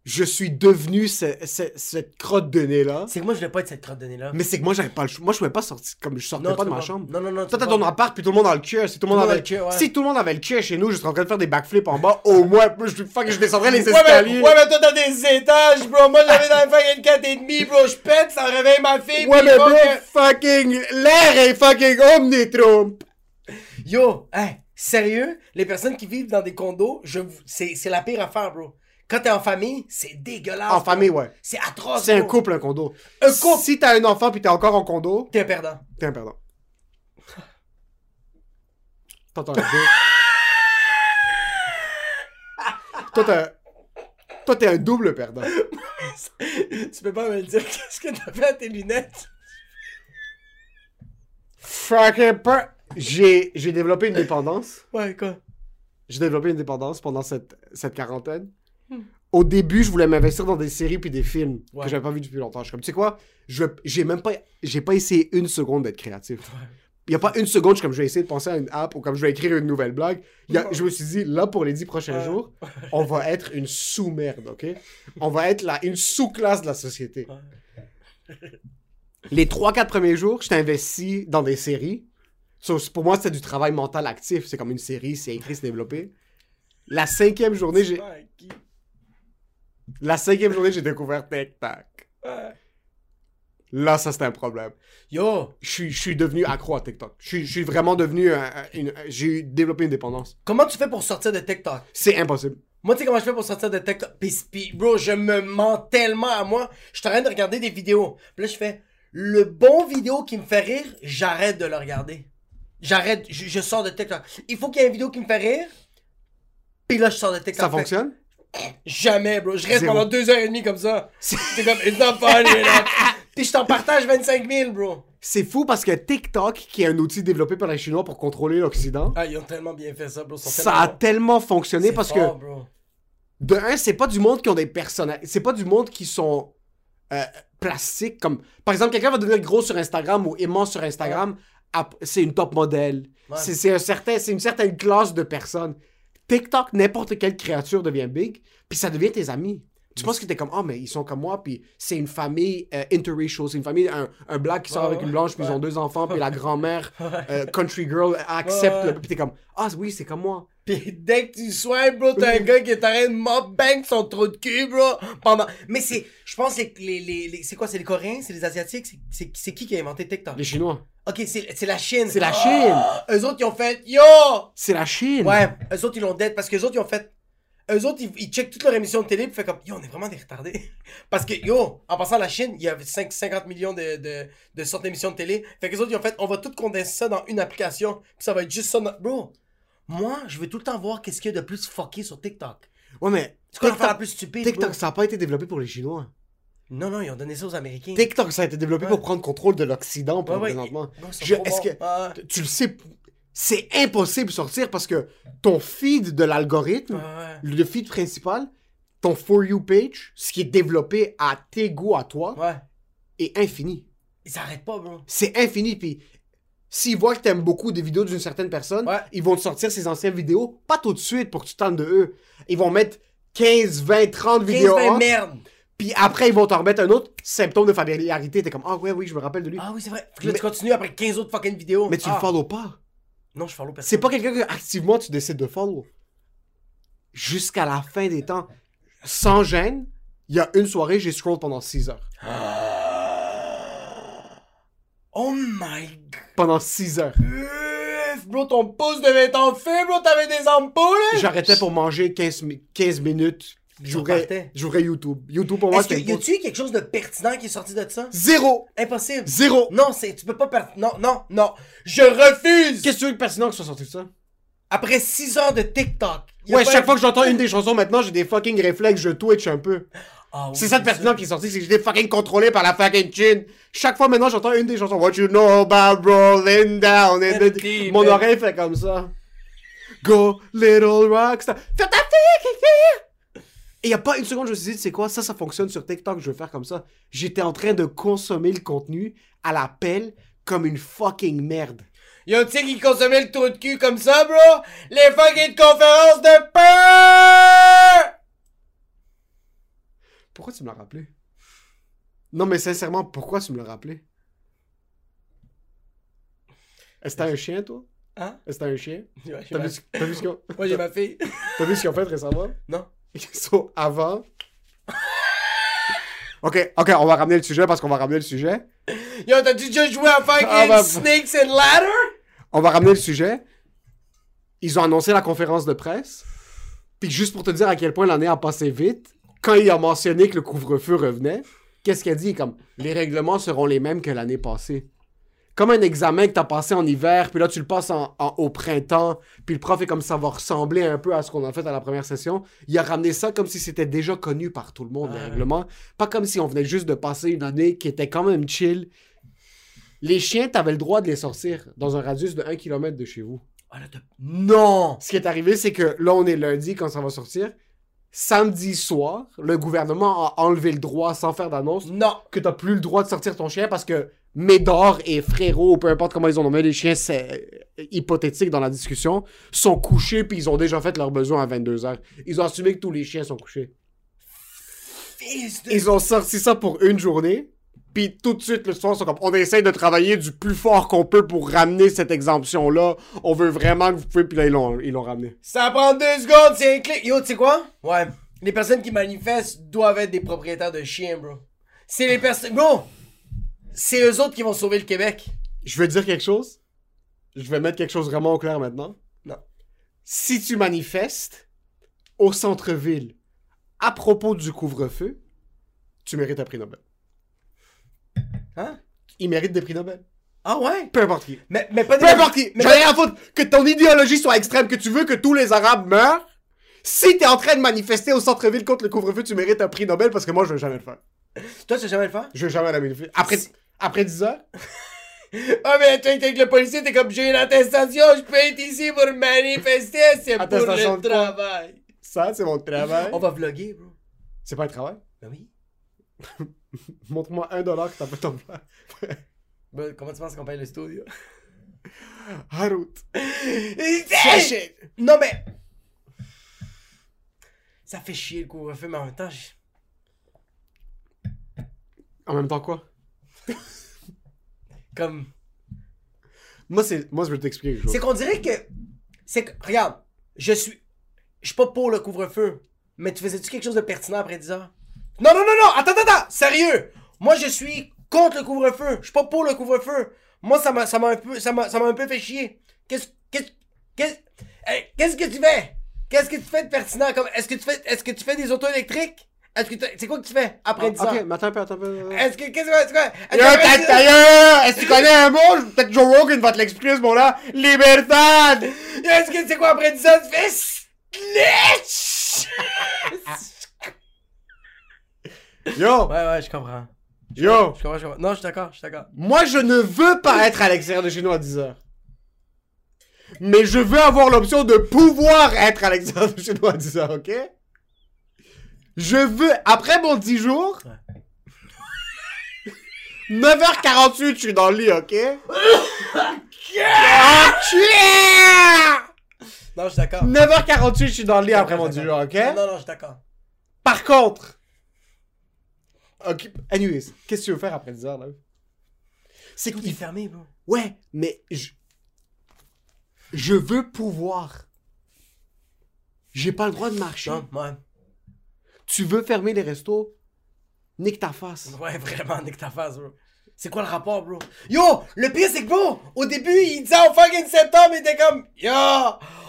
[SPEAKER 3] Je suis devenu ce- ce- cette crotte de nez-là.
[SPEAKER 2] C'est que moi, je voulais pas être cette crotte de nez-là.
[SPEAKER 3] Mais c'est que moi, j'avais pas le choix. Moi, je pouvais pas sortir. Comme je sortais
[SPEAKER 2] tu
[SPEAKER 3] pas de
[SPEAKER 2] peux
[SPEAKER 3] ma chambre.
[SPEAKER 2] Non, non, non. tu
[SPEAKER 3] Toi, t'as
[SPEAKER 2] peux
[SPEAKER 3] ton
[SPEAKER 2] pas.
[SPEAKER 3] appart, puis tout le monde a le cœur. Si tout le monde
[SPEAKER 2] Tout le
[SPEAKER 3] avait
[SPEAKER 2] monde a le cœur, ouais.
[SPEAKER 3] Si tout le monde avait le cœur chez nous, je serais en train de faire des backflips en bas. Au moins, je fuck, je descendrais les
[SPEAKER 4] Ouais mais,
[SPEAKER 3] escaliers.
[SPEAKER 4] ouais, mais toi, t'as des étages, bro. Moi, j'avais dans le fucking 4 et demi, bro. Je pète, ça réveille ma fille.
[SPEAKER 3] Ouais,
[SPEAKER 4] puis
[SPEAKER 3] mais
[SPEAKER 4] bon,
[SPEAKER 3] bro,
[SPEAKER 4] que-
[SPEAKER 3] fucking, l'air est fucking omnitrompe.
[SPEAKER 2] Yo, hey, sérieux, les personnes qui vivent dans des condos, je... vous- c'est c'est la pire affaire, bro. Quand t'es en famille, c'est dégueulasse.
[SPEAKER 3] En
[SPEAKER 2] bro.
[SPEAKER 3] Ah, famille, ouais.
[SPEAKER 2] C'est atroce.
[SPEAKER 3] C'est un
[SPEAKER 2] bro.
[SPEAKER 3] couple, un condo.
[SPEAKER 2] Un couple.
[SPEAKER 3] Si t'as un enfant puis t'es encore en condo,
[SPEAKER 2] T'es un perdant.
[SPEAKER 3] t'es un perdant. T'entends un deux. Toi, t'es un... Toi, t'es un double perdant.
[SPEAKER 2] Tu peux pas me dire qu'est-ce que t'as fait à tes lunettes?
[SPEAKER 3] Fucking per... J'ai j'ai développé une dépendance.
[SPEAKER 2] Ouais, quoi?
[SPEAKER 3] J'ai développé une dépendance pendant cette, cette quarantaine. Au début, je voulais m'investir dans des séries puis des films
[SPEAKER 2] Ouais.
[SPEAKER 3] que j'avais pas vu depuis longtemps. Je suis comme, tu sais quoi, je j'ai même pas, j'ai pas essayé une seconde d'être créatif. Il y a pas une seconde, je suis comme, je vais essayer de penser à une app ou comme je vais écrire une nouvelle blague. Il y a- je me suis dit, là, pour les dix prochains jours, on va être une sous-merde, ok? On va être là, une sous-classe de la société. Les trois, quatre premiers jours, je investi dans des séries. So, c'est- pour moi, c'était du travail mental actif. C'est comme une série, c'est écrit, c'est développé. La cinquième journée, j'ai... La cinquième journée, j'ai découvert TikTok.
[SPEAKER 4] Ah.
[SPEAKER 3] Là, ça, c'était un problème.
[SPEAKER 2] Yo,
[SPEAKER 3] Je suis- je suis devenu accro à TikTok. Je suis- je suis vraiment devenu... un- un- une- j'ai eu- développé une dépendance.
[SPEAKER 2] comment tu fais pour sortir de TikTok?
[SPEAKER 3] C'est impossible.
[SPEAKER 2] Moi, tu sais comment je fais pour sortir de TikTok? Pis, pis, bro, je me mens tellement à moi. Je suis en train de regarder des vidéos. Puis là, je fais le bon vidéo qui me fait rire, j'arrête de le regarder. J'arrête, je, je sors de TikTok. Il faut qu'il y ait une vidéo qui me fait rire. Puis là, je sors de TikTok.
[SPEAKER 3] Ça
[SPEAKER 2] Fait-
[SPEAKER 3] fonctionne?
[SPEAKER 4] Jamais, bro. Je reste
[SPEAKER 3] Zéro.
[SPEAKER 4] pendant deux heures et demie comme ça. C'est comme, it's not funny, là.
[SPEAKER 2] Puis je t'en partage 25 000, bro.
[SPEAKER 3] C'est fou parce que TikTok, qui est un outil développé par les Chinois pour contrôler l'Occident,
[SPEAKER 4] Ah, ils ont tellement bien fait ça, bro. Ils sont
[SPEAKER 3] ça a tellement fonctionné parce que...
[SPEAKER 2] que. Bro.
[SPEAKER 3] De un, c'est pas du monde qui ont des personnages. C'est pas du monde qui sont euh, plastiques. Comme, par exemple, quelqu'un va devenir gros sur Instagram ou immense sur Instagram. ap- C'est une top modèle. C'est c'est un certain, c'est une certaine classe de personnes. TikTok, n'importe quelle créature devient big, puis ça devient tes amis. Tu penses que t'es comme, oh, mais ils sont comme moi, puis c'est une famille euh, interracial, c'est une famille, un, un black qui sort avec une blanche, puis ils ont deux enfants, puis la grand-mère, euh, country girl, accepte, le- puis t'es comme, ah oui, c'est comme moi.
[SPEAKER 4] Pis dès que tu sois, bro, t'as un gars qui est en train de mob bang son trou de cul, bro. Pendant.
[SPEAKER 2] Mais c'est. Je pense que les. les, les- c'est quoi C'est les Coréens C'est les Asiatiques C'est- C'est c'est qui qui a inventé TikTok
[SPEAKER 3] Les Chinois.
[SPEAKER 2] Ok, c'est c'est la Chine. Ah!
[SPEAKER 3] C'est la Chine!
[SPEAKER 2] Eux autres, ils ont fait.
[SPEAKER 4] Yo!
[SPEAKER 3] C'est la Chine!
[SPEAKER 2] Ouais, eux autres, ils l'ont dead parce qu'eux autres, ils ont fait. Eux autres, ils, ils checkent toute leur émission de télé puis fait comme Yo, on est vraiment des retardés. Parce que yo, en passant à la Chine, il y a 5, 50 millions de, de, de sortes d'émissions de télé. Fait qu'eux autres, ils ont fait On va tout condenser ça dans une application puis ça va être juste ça. notre- Bro, moi, je veux tout le temps voir qu'est-ce qu'il y a de plus fucké sur TikTok.
[SPEAKER 3] Ouais, mais
[SPEAKER 2] C'est quoi l'affaire la
[SPEAKER 3] TikTok,
[SPEAKER 2] plus stupide bro?
[SPEAKER 3] TikTok, ça n'a pas été développé pour les Chinois.
[SPEAKER 2] Non, non, ils ont donné ça aux Américains.
[SPEAKER 3] TikTok, ça a été développé pour prendre contrôle de l'Occident pour
[SPEAKER 2] Ouais, ouais,
[SPEAKER 3] présentement.
[SPEAKER 2] ils- non, ils sont
[SPEAKER 3] Je-
[SPEAKER 2] trop
[SPEAKER 3] Est-ce
[SPEAKER 2] bons.
[SPEAKER 3] que
[SPEAKER 2] Ah.
[SPEAKER 3] t- tu le sais, p- c'est impossible de sortir parce que ton feed de l'algorithme,
[SPEAKER 2] Ouais,
[SPEAKER 3] le feed principal, ton for you page, ce qui est développé à tes goûts à toi,
[SPEAKER 2] ouais.
[SPEAKER 3] est infini.
[SPEAKER 2] Ils s'arrêtent pas, bro.
[SPEAKER 3] C'est infini. Puis s'ils voient que t'aimes beaucoup des vidéos d'une certaine personne,
[SPEAKER 2] Ouais.
[SPEAKER 3] ils vont te sortir ces anciennes vidéos, pas tout de suite pour que tu tentes de eux. Ils vont mettre 15, 20, 30 vidéos.
[SPEAKER 2] 15
[SPEAKER 3] entre.
[SPEAKER 2] merde.
[SPEAKER 3] Puis après, ils vont t'en remettre un autre symptôme de familiarité. T'es comme, ah ouais, oui, je me rappelle de lui.
[SPEAKER 2] Ah oui, c'est vrai. Puis là,
[SPEAKER 3] Mais-
[SPEAKER 2] tu continues après 15 autres fucking vidéos.
[SPEAKER 3] mais tu
[SPEAKER 2] Ah.
[SPEAKER 3] le follow pas.
[SPEAKER 2] Non, je follow personne.
[SPEAKER 3] C'est pas quelqu'un que activement tu décides de follow. Jusqu'à la fin des temps, sans gêne, il y a une soirée, j'ai scroll pendant 6 heures.
[SPEAKER 2] Oh my Ah! Oh
[SPEAKER 3] Pendant 6 heures.
[SPEAKER 2] god, bro, ton pouce devait être en feu, bro, t'avais des ampoules.
[SPEAKER 3] J'arrêtais pour manger 15, mi- 15 minutes. J'ouvrais
[SPEAKER 2] repartais.
[SPEAKER 3] j'ouvrais YouTube. YouTube pour moi,
[SPEAKER 2] Est-ce
[SPEAKER 3] c'était
[SPEAKER 2] qu'il y a-tu eu quelque chose de pertinent qui est sorti de ça?
[SPEAKER 3] Zéro!
[SPEAKER 2] Impossible.
[SPEAKER 3] Zéro!
[SPEAKER 2] Non, c'est, tu peux pas per- Non, non, non. Je refuse.
[SPEAKER 3] Qu'est-ce que tu veux que pertinent que soit sorti de ça?
[SPEAKER 2] Après 6 heures de TikTok. y a
[SPEAKER 3] Ouais,
[SPEAKER 2] pas
[SPEAKER 3] chaque
[SPEAKER 2] un-
[SPEAKER 3] fois que j'entends une des chansons maintenant, j'ai des fucking réflexes, je twitch un peu.
[SPEAKER 2] Ah oui,
[SPEAKER 3] C'est ça le pertinent qui est sorti, c'est que j'étais fucking contrôlé par la fucking chin. Chaque fois maintenant, j'entends une des chansons. What you know about rolling down in the
[SPEAKER 2] Deep,
[SPEAKER 3] Mon
[SPEAKER 2] man.
[SPEAKER 3] oreille fait comme ça. Go, little rockstar. Fais ta fucking yeah. Et y a pas une seconde, je me suis dit, c'est quoi? Ça, ça fonctionne sur TikTok, je veux faire comme ça. J'étais en train de consommer le contenu à la pelle comme une fucking merde.
[SPEAKER 2] Y'a un tigre qui consommait le trou de cul comme ça, bro? Les fucking conférences de peur!
[SPEAKER 3] Pourquoi tu me l'as rappelé? Non, mais sincèrement, pourquoi tu me l'as rappelé? Est-ce que t'as un chien, toi?
[SPEAKER 2] Hein?
[SPEAKER 3] Est-ce que t'as un chien?
[SPEAKER 2] Ouais, j'ai
[SPEAKER 3] T'as
[SPEAKER 2] ma-
[SPEAKER 3] vu, ce- t'as vu ce qu'ils ont-
[SPEAKER 2] Moi, j'ai ma fille.
[SPEAKER 3] t'as vu ce qu'ils ont fait récemment?
[SPEAKER 2] Non.
[SPEAKER 3] Ils sont avant. Ok, ok, on va ramener le sujet parce qu'on va ramener le sujet.
[SPEAKER 2] Yo, t'as-tu déjà joué à fucking
[SPEAKER 3] Ah, bah-
[SPEAKER 2] Snakes and Ladder?
[SPEAKER 3] On va ramener le sujet. Ils ont annoncé la conférence de presse. Puis juste pour te dire à quel point l'année a passé vite, quand il a mentionné que le couvre-feu revenait, qu'est-ce qu'il a dit comme les règlements seront les mêmes que l'année passée. Comme un examen que t'as passé en hiver, puis là tu le passes en- en- au printemps, puis le prof est comme ça va ressembler un peu à ce qu'on a fait à la première session. Il a ramené ça comme si c'était déjà connu par tout le monde, les règlements. Pas comme si on venait juste de passer une année qui était quand même chill. Les chiens, t'avais le droit de les sortir dans un radius de 1 km de chez vous.
[SPEAKER 2] Ah, là, t'as- Non!
[SPEAKER 3] Ce qui est arrivé, c'est que là, on est lundi quand ça va sortir. Samedi soir, le gouvernement a enlevé le droit, sans faire d'annonce,
[SPEAKER 2] Non!
[SPEAKER 3] que t'as plus le droit de sortir ton chien parce que Médor et Frérot, ou peu importe comment ils ont nommé les chiens, c'est euh, hypothétique dans la discussion, sont couchés puis ils ont déjà fait leurs besoins à 22h. Ils ont assumé que tous les chiens sont couchés.
[SPEAKER 2] Fils de...
[SPEAKER 3] Ils ont sorti ça pour une journée. Puis tout de suite, le soir, ils sont comme, on essaie de travailler du plus fort qu'on peut pour ramener cette exemption-là. On veut vraiment que vous pouvez. Puis là, ils l'ont ils l'ont ramené.
[SPEAKER 2] Ça prend deux secondes, c'est un clic. Yo, tu sais quoi? Ouais. Les personnes qui manifestent doivent être des propriétaires de chiens, bro. C'est les personnes. Bro! C'est eux autres qui vont sauver le Québec.
[SPEAKER 3] Je veux dire quelque chose. Je vais mettre quelque chose vraiment au clair maintenant.
[SPEAKER 2] Non.
[SPEAKER 3] Si tu manifestes au centre-ville à propos du couvre-feu, tu mérites un prix Nobel.
[SPEAKER 2] Hein?
[SPEAKER 3] Il mérite des prix Nobel.
[SPEAKER 2] Ah ouais?
[SPEAKER 3] Peu importe qui.
[SPEAKER 2] Mais, mais pas des.
[SPEAKER 3] Peu importe qui.
[SPEAKER 2] Mais-
[SPEAKER 3] J'en ai rien à foutre que ton idéologie soit extrême, que tu veux que tous les Arabes meurent. Si t'es en train de manifester au centre-ville contre le couvre-feu, tu mérites un prix Nobel parce que moi, je vais jamais le faire.
[SPEAKER 2] Toi, tu vas jamais le faire?
[SPEAKER 3] Je vais jamais la manifester. Après, après 10 heures,
[SPEAKER 2] Ah, mais tu es avec le policier, t'es comme j'ai une attestation, je peux être ici pour manifester, c'est pour
[SPEAKER 3] Attestation
[SPEAKER 2] le
[SPEAKER 3] de quoi?
[SPEAKER 2] travail.
[SPEAKER 3] ça, c'est mon travail.
[SPEAKER 2] On va vlogger, bro.
[SPEAKER 3] C'est pas un travail.
[SPEAKER 2] Ben oui.
[SPEAKER 3] Montre-moi un dollar que t'as pas ton plan.
[SPEAKER 2] Ben, comment tu penses qu'on paye le studio?
[SPEAKER 3] Harut.
[SPEAKER 2] Hey! Non, mais. Ça fait chier le couvre-feu, mais en même temps, je-
[SPEAKER 3] En même temps quoi
[SPEAKER 2] comme.
[SPEAKER 3] Moi c'est moi je vais t'expliquer quelque chose.
[SPEAKER 2] C'est qu'on dirait que. C'est que. Regarde, je suis. Je suis pas pour le couvre-feu. Mais tu faisais-tu quelque chose de pertinent après 10 heures? Non, non, non, non! Attends, attends, attends! Sérieux! Moi, je suis contre le couvre-feu. Je suis pas pour le couvre-feu. Moi, ça m'a ça m'a un, peu- ça m'a- ça m'a un peu fait chier. Qu'est-ce qu'est-ce- qu'est-ce- hey, qu'est-ce que tu fais? Qu'est-ce que tu fais de pertinent? Comme, est-ce que tu fais, est-ce que tu fais des autos électriques? Est-ce que t'as- c'est quoi que tu fais après 10
[SPEAKER 3] Ah, Ok,
[SPEAKER 2] heures?
[SPEAKER 3] mais attends un peu, attends un peu.
[SPEAKER 2] Est-ce que qu'est-ce que tu fais?
[SPEAKER 3] Yo, ta ta gueule! Est-ce que eh, tu connais un mot? Peut-être Joe Rogan va te l'expliquer ce mot-là. Libertad!
[SPEAKER 2] Est-ce que c'est quoi après 10 ans, tu fais Snitch!
[SPEAKER 3] Yo,
[SPEAKER 2] Ouais, ouais, je comprends.
[SPEAKER 3] yo,
[SPEAKER 2] Je comprends, je comprends. Non, je suis d'accord, je suis d'accord.
[SPEAKER 3] moi je ne veux pas être à l'extérieur de chez nous à 10h. Mais je veux avoir l'option de pouvoir être à l'extérieur de chez nous à 10h, ok? Je veux, après mon 10 jours, 9h48, je suis dans le lit, ok? Ok!
[SPEAKER 2] Non, je suis d'accord.
[SPEAKER 3] 9h48, je suis dans le lit après mon 10 jours, ok?
[SPEAKER 2] Non, non, non, je suis d'accord.
[SPEAKER 3] Par contre, ok, anyways, qu'est-ce que tu veux faire après 10 heures là C'est
[SPEAKER 2] Tout est fermé, bro.
[SPEAKER 3] Ouais, mais je, je veux pouvoir. J'ai pas le droit de marcher.
[SPEAKER 2] Non, ouais.
[SPEAKER 3] Tu veux fermer les restos Nique ta face.
[SPEAKER 2] Ouais, vraiment, nique ta face, bro. C'est quoi le rapport, bro? Yo, le pire, c'est que, bro, au début, il disait en fucking septembre, il était comme, yo,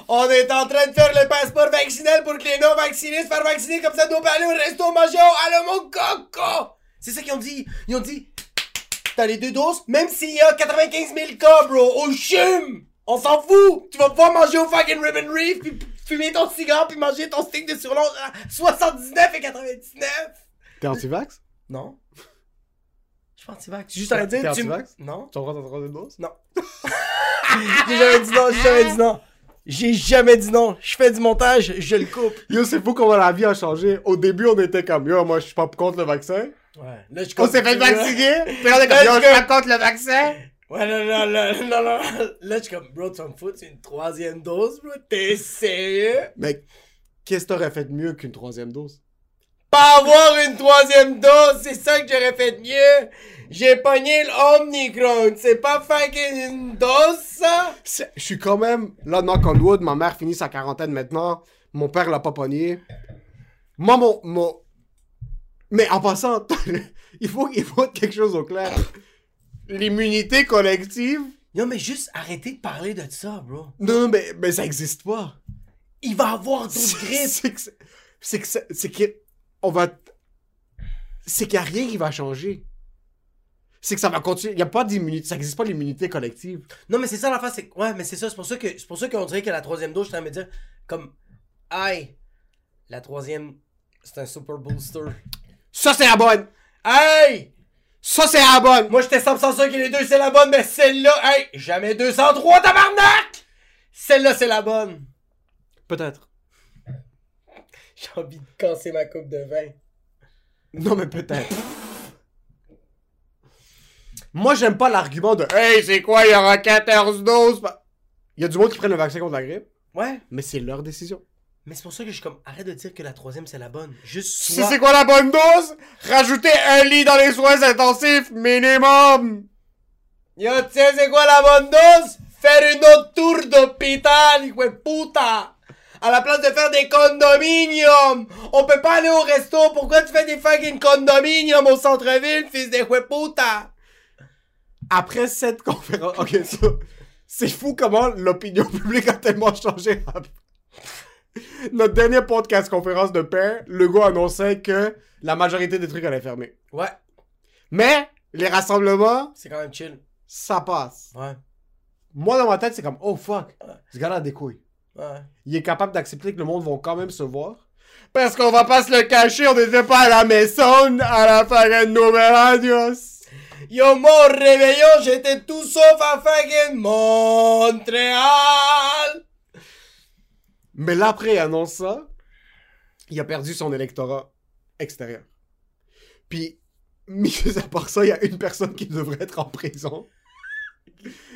[SPEAKER 2] on est en train de faire le passeport vaccinal pour que les non-vaccinés se fassent vacciner, comme ça, nous, on peut aller au resto, manger au mon coco! C'est ça qu'ils ont dit. Ils ont dit, t'as les deux doses, même s'il y a 95 000 cas, bro, au chum! On s'en fout! Tu vas pouvoir manger au fucking Ribbon Reef, puis fumer ton cigare, puis manger ton steak de surlonge à 79 et 99!
[SPEAKER 3] T'es anti-vax?
[SPEAKER 2] Non. Je suis anti-vax. Juste à dire,
[SPEAKER 3] T'es
[SPEAKER 2] tu... m-
[SPEAKER 3] anti-vax?
[SPEAKER 2] Non.
[SPEAKER 3] Tu en prends ta troisième dose?
[SPEAKER 2] J'ai jamais dit non, j'ai jamais dit non. J'ai jamais dit non. Je fais du montage, je le coupe.
[SPEAKER 3] Yo, c'est fou comment la vie a changé. Au début, on était comme, yo, moi, je suis pas contre le vaccin.
[SPEAKER 2] Ouais. Là, je
[SPEAKER 3] On s'est fait vacciner. Puis là, on
[SPEAKER 2] Let's
[SPEAKER 3] est comme, yo, je
[SPEAKER 2] go.
[SPEAKER 3] suis pas contre le vaccin.
[SPEAKER 2] Ouais, non, non, non, non, non. Là, je suis comme, bro, tu vas me foutre une troisième dose, bro. T'es sérieux?
[SPEAKER 3] Mec, qu'est-ce que t'aurais fait de mieux qu'une troisième dose?
[SPEAKER 2] Pas avoir une troisième dose, c'est ça que j'aurais fait de mieux. J'ai pogné l'Omnicron. C'est pas fucking une dose, ça?
[SPEAKER 3] C'est- Je suis quand même, là, knock on wood, ma mère finit sa quarantaine maintenant. Mon père l'a pas pogné. Moi, mon, mon... Mais en passant, il faut qu'il faut quelque chose au clair. L'immunité collective,
[SPEAKER 2] Non, mais juste arrêtez de parler de ça, bro.
[SPEAKER 3] non, mais, mais ça existe pas.
[SPEAKER 2] Il va avoir d'autres
[SPEAKER 3] C'est
[SPEAKER 2] grippes.
[SPEAKER 3] c'est que c'est- c'est que ça- c'est que on va c'est qu'il n'y a rien qui va changer. C'est que ça va continuer. Il n'y a pas d'immunité. Ça n'existe pas l'immunité collective.
[SPEAKER 2] Non, mais c'est ça l'affaire, c'est que- Ouais, mais c'est ça, c'est pour ça que c'est pour ça qu'on dirait que la troisième dose, je suis en train de me dire, comme, aïe, la troisième, c'est un super booster.
[SPEAKER 3] Ça, c'est la bonne.
[SPEAKER 2] Aïe!
[SPEAKER 3] Ça, c'est la bonne.
[SPEAKER 2] Moi, j'étais 100% sûr que les deux, c'est la bonne, mais celle-là, aïe, jamais 203, tabarnak! Celle-là, c'est la bonne.
[SPEAKER 3] Peut-être.
[SPEAKER 2] J'ai envie de casser ma coupe de vin.
[SPEAKER 3] Non, mais peut-être. Moi, j'aime pas l'argument de Hey, c'est quoi, il y aura 14 doses. Il y a du monde qui prennent le vaccin contre la grippe,
[SPEAKER 2] Ouais,
[SPEAKER 3] mais c'est leur décision.
[SPEAKER 2] mais c'est pour ça que je suis comme, arrête de dire que la troisième, c'est la bonne. Juste
[SPEAKER 3] Si
[SPEAKER 2] sois...
[SPEAKER 3] c'est quoi la bonne dose, rajoutez un lit dans les soins intensifs minimum.
[SPEAKER 2] Yo, tu sais, c'est quoi la bonne dose? Faire une autre tour d'hôpital, hijo de puta! À la place de faire des condominiums! On peut pas aller au resto, pourquoi tu fais des fucking condominiums au centre-ville, fils de hijo de puta?
[SPEAKER 3] après cette conférence. Ok, ça. C'est fou comment l'opinion publique a tellement changé. Notre dernier podcast conférence de paix, Legault annonçait que la majorité des trucs allaient fermer.
[SPEAKER 2] Ouais,
[SPEAKER 3] Mais les rassemblements,
[SPEAKER 2] c'est quand même chill.
[SPEAKER 3] ça passe.
[SPEAKER 2] Ouais,
[SPEAKER 3] Moi, dans ma tête, c'est comme, oh fuck, ce gars-là a des couilles.
[SPEAKER 2] ouais.
[SPEAKER 3] Il est capable d'accepter que le monde va quand même se voir. Parce qu'on va pas se le cacher, on n'était pas à la maison à la fin de Numerados.
[SPEAKER 2] Yo, mon réveillon, j'étais tout sauf à fucking Montréal!
[SPEAKER 3] Mais là, après, il annonce ça, il a perdu son électorat extérieur. Puis, mis à part ça, il y a une personne qui devrait être en prison.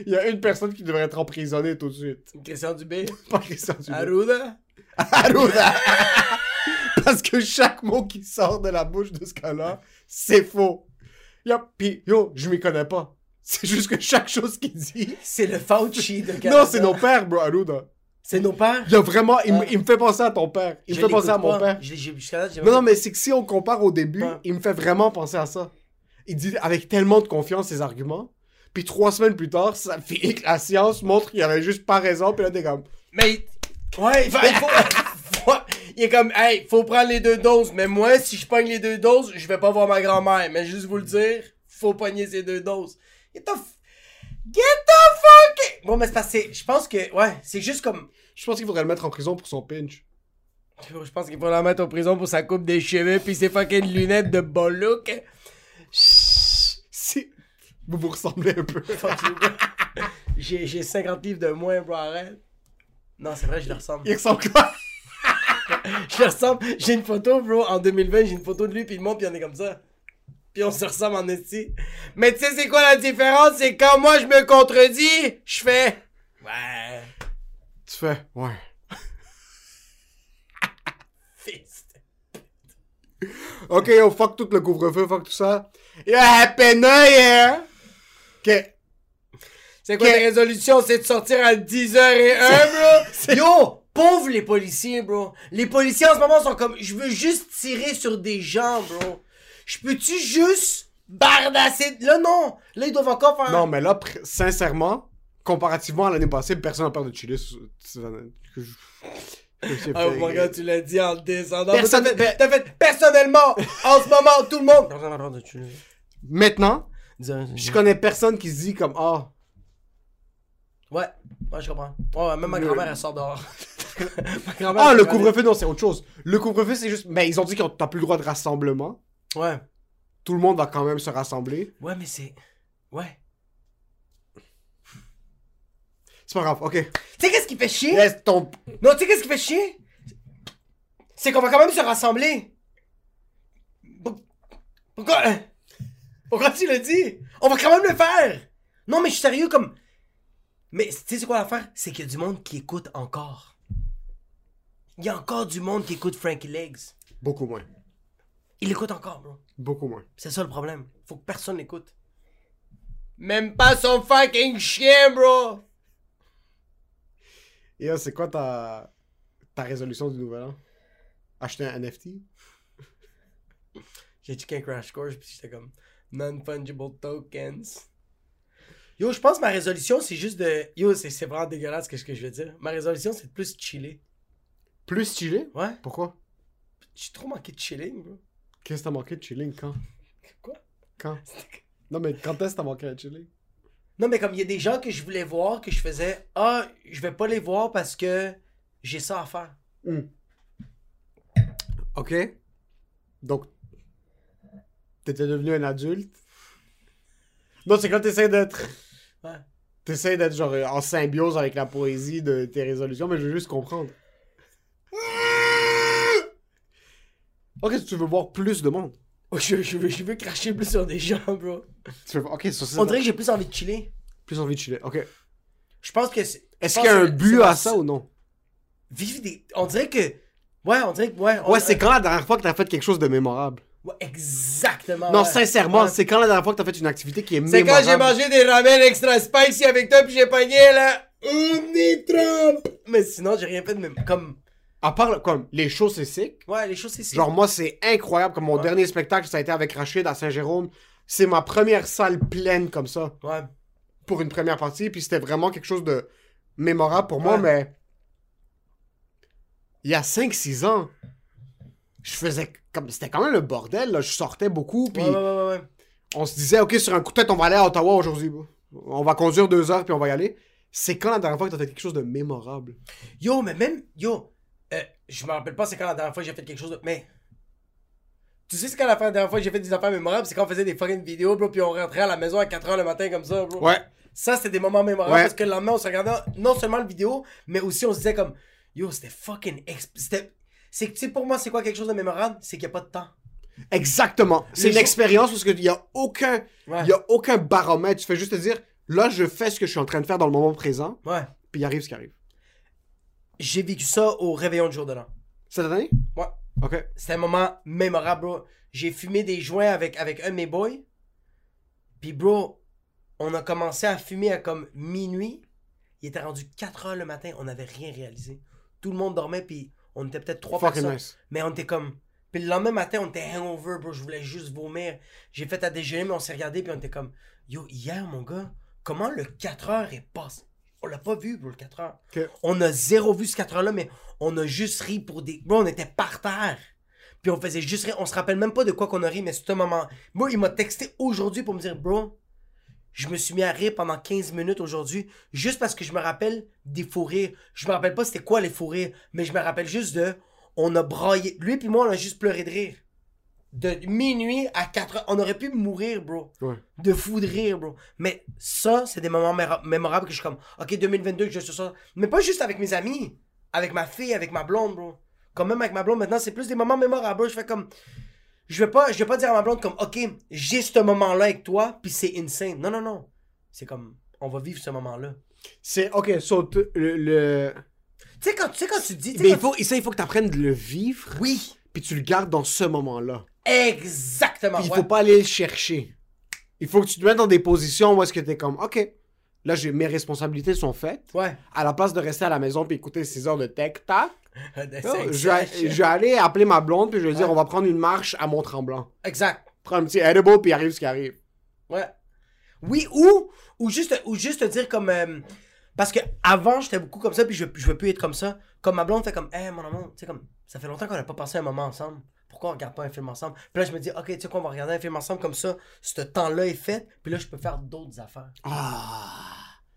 [SPEAKER 3] Il y a une personne qui devrait être emprisonnée tout de suite.
[SPEAKER 2] Christian Dubé,
[SPEAKER 3] Pas Christian Dubé.
[SPEAKER 2] Arruda?
[SPEAKER 3] Arruda. Parce que chaque mot qui sort de la bouche de ce gars-là, c'est faux. Yo, puis, yo, je m'y connais pas. C'est juste que chaque chose qu'il dit...
[SPEAKER 2] C'est le Fauci de Canada.
[SPEAKER 3] Non, c'est nos pères, bro, Arruda.
[SPEAKER 2] C'est nos pères?
[SPEAKER 3] Il a vraiment... Il, m-
[SPEAKER 2] Ah.
[SPEAKER 3] il me fait penser à ton père. Il me fait penser à mon père. Non, non, mais c'est que si on compare au début,
[SPEAKER 2] Ouais.
[SPEAKER 3] il me fait vraiment penser à ça. Il dit avec tellement de confiance ses arguments. Puis trois semaines plus tard, ça finit que la science montre qu'il avait juste pas raison. Puis là, t'es comme.
[SPEAKER 2] Mais. Ouais, ben, il faut. faut- Il est comme, hey, faut prendre les deux doses. Mais moi, si je pogne les deux doses, je vais pas voir ma grand-mère. Mais juste vous le dire, faut pogner ces deux doses. Get the. f- Get the fuck! Bon, mais c'est parce que c'est- je pense que, ouais, c'est juste comme.
[SPEAKER 3] Je pense qu'il faudrait le mettre en prison pour son pinch.
[SPEAKER 2] Je pense qu'il faut la mettre en prison pour sa coupe des cheveux puis ses fucking lunettes de bon look.
[SPEAKER 3] Si. Vous vous ressemblez un peu.
[SPEAKER 2] Fuck you, bro. J'ai j'ai 50 livres de moins, bro, arrête. Non, c'est vrai, je le ressemble.
[SPEAKER 3] Il ressemble quoi
[SPEAKER 2] Je le ressemble. J'ai une photo, bro. En 2020, j'ai une photo de lui, puis le monde, puis on est comme ça. Puis on se ressemble en esti. Mais tu sais, c'est quoi la différence? C'est quand moi, je me contredis, je fais. Ouais.
[SPEAKER 3] Tu fais. Ouais.
[SPEAKER 2] Fist.
[SPEAKER 3] Ok, yo, fuck tout le couvre-feu, fuck tout ça. Yo, happy new year! Ok.
[SPEAKER 2] C'est quoi
[SPEAKER 3] Que-
[SPEAKER 2] la résolution? C'est de sortir à 10h01, bro? Yo! Pauvres les policiers, bro. Les policiers en ce moment sont comme, je veux juste tirer sur des gens, bro. Je peux-tu juste barre d'acide. Là, non. Là, ils doivent encore faire.
[SPEAKER 3] Non, mais là, pr- sincèrement, comparativement à l'année passée, personne n'a peur de Chile. sur- sur- que je- que j'ai
[SPEAKER 2] Oh
[SPEAKER 3] fait-
[SPEAKER 2] my god, tu l'as dit en descendant.
[SPEAKER 3] Personne-
[SPEAKER 2] T'as fait, t'as fait personnellement, en ce moment, tout le monde. Personne n'a peur de tuer.
[SPEAKER 3] Maintenant,
[SPEAKER 2] Dis-
[SPEAKER 3] je connais personne qui se dit comme Ah,
[SPEAKER 2] Ouais, ouais, je comprends. Ouais, ouais, même ma
[SPEAKER 3] Le-
[SPEAKER 2] grand-mère, elle sort dehors. ma grand-mère.
[SPEAKER 3] ah le
[SPEAKER 2] elle regarde-
[SPEAKER 3] couvre-feu, non, c'est autre chose. Le couvre-feu, c'est juste. Mais ils ont dit qu'on t'as plus le droit de rassemblement.
[SPEAKER 2] Ouais.
[SPEAKER 3] Tout le monde va quand même se rassembler.
[SPEAKER 2] Ouais, mais c'est. Ouais.
[SPEAKER 3] C'est pas grave, ok.
[SPEAKER 2] Tu sais qu'est-ce qui fait chier?
[SPEAKER 3] Reste ton.
[SPEAKER 2] Non, tu sais qu'est-ce qui fait chier? C'est qu'on va quand même se rassembler. Pour- Pourquoi? hein? Pourquoi tu le dis? On va quand même le faire! Non, mais je suis sérieux, comme... Mais tu sais c'est quoi l'affaire? C'est qu'il y a du monde qui écoute encore. Il y a encore du monde qui écoute Frankie Legs.
[SPEAKER 3] Beaucoup moins.
[SPEAKER 2] Il écoute encore, bro.
[SPEAKER 3] Beaucoup moins.
[SPEAKER 2] C'est ça le problème. Faut que personne l'écoute. Même pas son fucking chien, bro!
[SPEAKER 3] Et là, c'est quoi ta... ta résolution du nouvel an Acheter un NFT
[SPEAKER 2] J'ai checké un crash course, puis j'étais comme non-fungible tokens. Yo, je pense que ma résolution, c'est juste de. Yo, c'est c'est vraiment dégueulasse que ce que je veux dire. Ma résolution, c'est de plus chiller.
[SPEAKER 3] Plus chiller
[SPEAKER 2] Ouais?
[SPEAKER 3] Pourquoi
[SPEAKER 2] J'ai trop manqué de chilling, bro.
[SPEAKER 3] Qu'est-ce que t'as manqué de chilling quand
[SPEAKER 2] Quoi?
[SPEAKER 3] Quand Non, mais quand est-ce que t'as manqué de chilling
[SPEAKER 2] Non, mais comme il y a des gens que je voulais voir, que je faisais, ah, je vais pas les voir parce que j'ai ça à faire.
[SPEAKER 3] Ok. Donc, t'étais devenu un adulte Non, c'est quand t'essayes d'être.
[SPEAKER 2] Ouais.
[SPEAKER 3] T'essayes d'être genre euh, en symbiose avec la poésie de tes résolutions, mais je veux juste comprendre. Ok, si tu veux voir plus de monde.
[SPEAKER 2] Oh, je, je veux, je veux cracher plus sur des gens, bro.
[SPEAKER 3] Tu veux... Ok, ça c'est
[SPEAKER 2] On dirait que j'ai plus envie de chiller.
[SPEAKER 3] plus envie de chiller. Ok.
[SPEAKER 2] Je pense que c'est.
[SPEAKER 3] Est-ce
[SPEAKER 2] je
[SPEAKER 3] qu'il y a un
[SPEAKER 2] pense que c'est
[SPEAKER 3] but
[SPEAKER 2] ma-
[SPEAKER 3] à ça ou non
[SPEAKER 2] Vivre des. On dirait que. Ouais, on dirait que. Ouais, on-
[SPEAKER 3] Ouais, c'est quand la dernière fois que t'as fait quelque chose de mémorable
[SPEAKER 2] Ouais, exactement.
[SPEAKER 3] Non,
[SPEAKER 2] ouais.
[SPEAKER 3] sincèrement,
[SPEAKER 2] Ouais.
[SPEAKER 3] c'est quand la dernière fois que t'as fait une activité qui est
[SPEAKER 2] C'est
[SPEAKER 3] mémorable
[SPEAKER 2] quand j'ai mangé des ramen extra spicy avec toi puis j'ai pogné là. On est trempe. Mais sinon j'ai rien fait de même. Comme
[SPEAKER 3] À part le- comme les shows, c'est sick.
[SPEAKER 2] ouais les choses c'est ça.
[SPEAKER 3] Genre moi, c'est incroyable. Comme mon
[SPEAKER 2] Ouais.
[SPEAKER 3] dernier spectacle, ça a été avec Rachid à Saint-Jérôme. C'est ma première salle pleine comme ça
[SPEAKER 2] Ouais.
[SPEAKER 3] pour une première partie. Puis c'était vraiment quelque chose de mémorable pour moi,
[SPEAKER 2] Ouais.
[SPEAKER 3] mais il y a 5-6 ans, je faisais comme c'était quand même le bordel. là. Je sortais beaucoup. Puis
[SPEAKER 2] Ouais, ouais, ouais, ouais.
[SPEAKER 3] on se disait, OK, sur un coup de tête, on va aller à Ottawa aujourd'hui. On va conduire deux heures, puis on va y aller. C'est quand la dernière fois que t'as fait quelque chose de mémorable?
[SPEAKER 2] Yo mais même yo, euh, je me rappelle pas c'est quand la dernière fois j'ai fait quelque chose de mais. Tu sais c'est quand la fin- dernière fois j'ai fait des affaires mémorables c'est quand on faisait des fucking vidéos bro puis on rentrait à la maison à 4h le matin comme ça bro. Ça, c'était des moments mémorables
[SPEAKER 3] Ouais.
[SPEAKER 2] parce que le lendemain, on se regardait non seulement le vidéo, mais aussi on se disait comme Yo, c'était fucking. exp- c'était- C'est que, tu sais, pour moi, c'est quoi quelque chose de mémorable C'est qu'il n'y a pas de temps.
[SPEAKER 3] Exactement. C'est une
[SPEAKER 2] jours-
[SPEAKER 3] expérience parce qu'il n'y a aucun,
[SPEAKER 2] Ouais.
[SPEAKER 3] il y a aucun baromètre. Tu fais juste te dire, là, je fais ce que je suis en train de faire dans le moment présent,
[SPEAKER 2] Ouais.
[SPEAKER 3] puis il arrive ce qui arrive.
[SPEAKER 2] J'ai vécu ça au réveillon du jour de l'an.
[SPEAKER 3] Cette année?
[SPEAKER 2] Ouais.
[SPEAKER 3] Ok.
[SPEAKER 2] C'était un moment mémorable, bro. J'ai fumé des joints avec, avec un de mes boys. Puis, bro, on a commencé à fumer à comme minuit. Il était rendu 4 heures le matin. On n'avait rien réalisé. Tout le monde dormait, puis on était peut-être trois
[SPEAKER 3] Fucking
[SPEAKER 2] personnes.
[SPEAKER 3] nice.
[SPEAKER 2] Mais on était comme. Puis le lendemain matin, on était hangover, bro. Je voulais juste vomir. J'ai fait à déjeuner, mais on s'est regardé, puis on était comme. Yo, hier, mon gars, comment le 4 heures est passé? On l'a pas vu, bro, le 4 heures.
[SPEAKER 3] Ok.
[SPEAKER 2] On a zéro vu ce 4 heures-là, mais on a juste ri pour des. Bro, on était par terre. Puis on faisait juste rire. On se rappelle même pas de quoi qu'on a ri, mais c'est un moment. Moi, il m'a texté aujourd'hui pour me dire, bro, je me suis mis à rire pendant 15 minutes aujourd'hui, juste parce que je me rappelle des faux rires. Je me rappelle pas c'était quoi les faux rires, mais je me rappelle juste de. On a braillé. Lui puis moi, on a juste pleuré de rire. De minuit à 4 heures. On aurait pu mourir, bro.
[SPEAKER 3] Ouais.
[SPEAKER 2] De fou de rire, bro. Mais ça, c'est des moments méra- mémorables que je suis comme, OK, 2022, que je suis ça. Mais pas juste avec mes amis. Avec ma fille, avec ma blonde, bro. Quand même avec ma blonde, maintenant, c'est plus des moments mémorables. bro. Je fais comme, je vais pas, je vais pas dire à ma blonde comme, OK, j'ai ce moment-là avec toi, puis c'est insane. Non, non, non. C'est comme, on va vivre ce moment-là.
[SPEAKER 3] C'est, ok, so, t- le, le-
[SPEAKER 2] Tu sais, quand, tu sais, quand tu dis. tu sais,
[SPEAKER 3] Mais il
[SPEAKER 2] quand
[SPEAKER 3] faut, ça, il faut que tu apprennes de le vivre,
[SPEAKER 2] tu- Oui,
[SPEAKER 3] puis tu le gardes dans ce moment-là.
[SPEAKER 2] exactement.
[SPEAKER 3] Puis il
[SPEAKER 2] ouais.
[SPEAKER 3] faut pas aller le chercher. Il faut que tu te mettes dans des positions où est-ce que t'es comme, ok, là, j'ai, mes responsabilités sont faites.
[SPEAKER 2] Ouais.
[SPEAKER 3] À la place de rester à la maison puis écouter 6 heures de tech-tac,
[SPEAKER 2] C'est
[SPEAKER 3] Non,
[SPEAKER 2] exact.
[SPEAKER 3] je, vais, je vais aller appeler ma blonde puis je vais lui dire on va prendre une marche à Mont-Tremblant.
[SPEAKER 2] Exact.
[SPEAKER 3] prends un petit edible, puis arrive ce qui arrive.
[SPEAKER 2] Ouais. Oui, ou, ou, juste, ou juste te dire comme. euh, parce que avant j'étais beaucoup comme ça, puis je, je veux plus être comme ça. Comme ma blonde fait comme, hé, mon amour, tu sais, comme, ça fait longtemps qu'on n'a pas passé un moment ensemble. Pourquoi on regarde pas un film ensemble? Puis là, je me dis, ok, tu sais quoi, on va regarder un film ensemble comme ça. Ce temps-là est fait, puis là, je peux faire d'autres affaires.
[SPEAKER 3] Ah,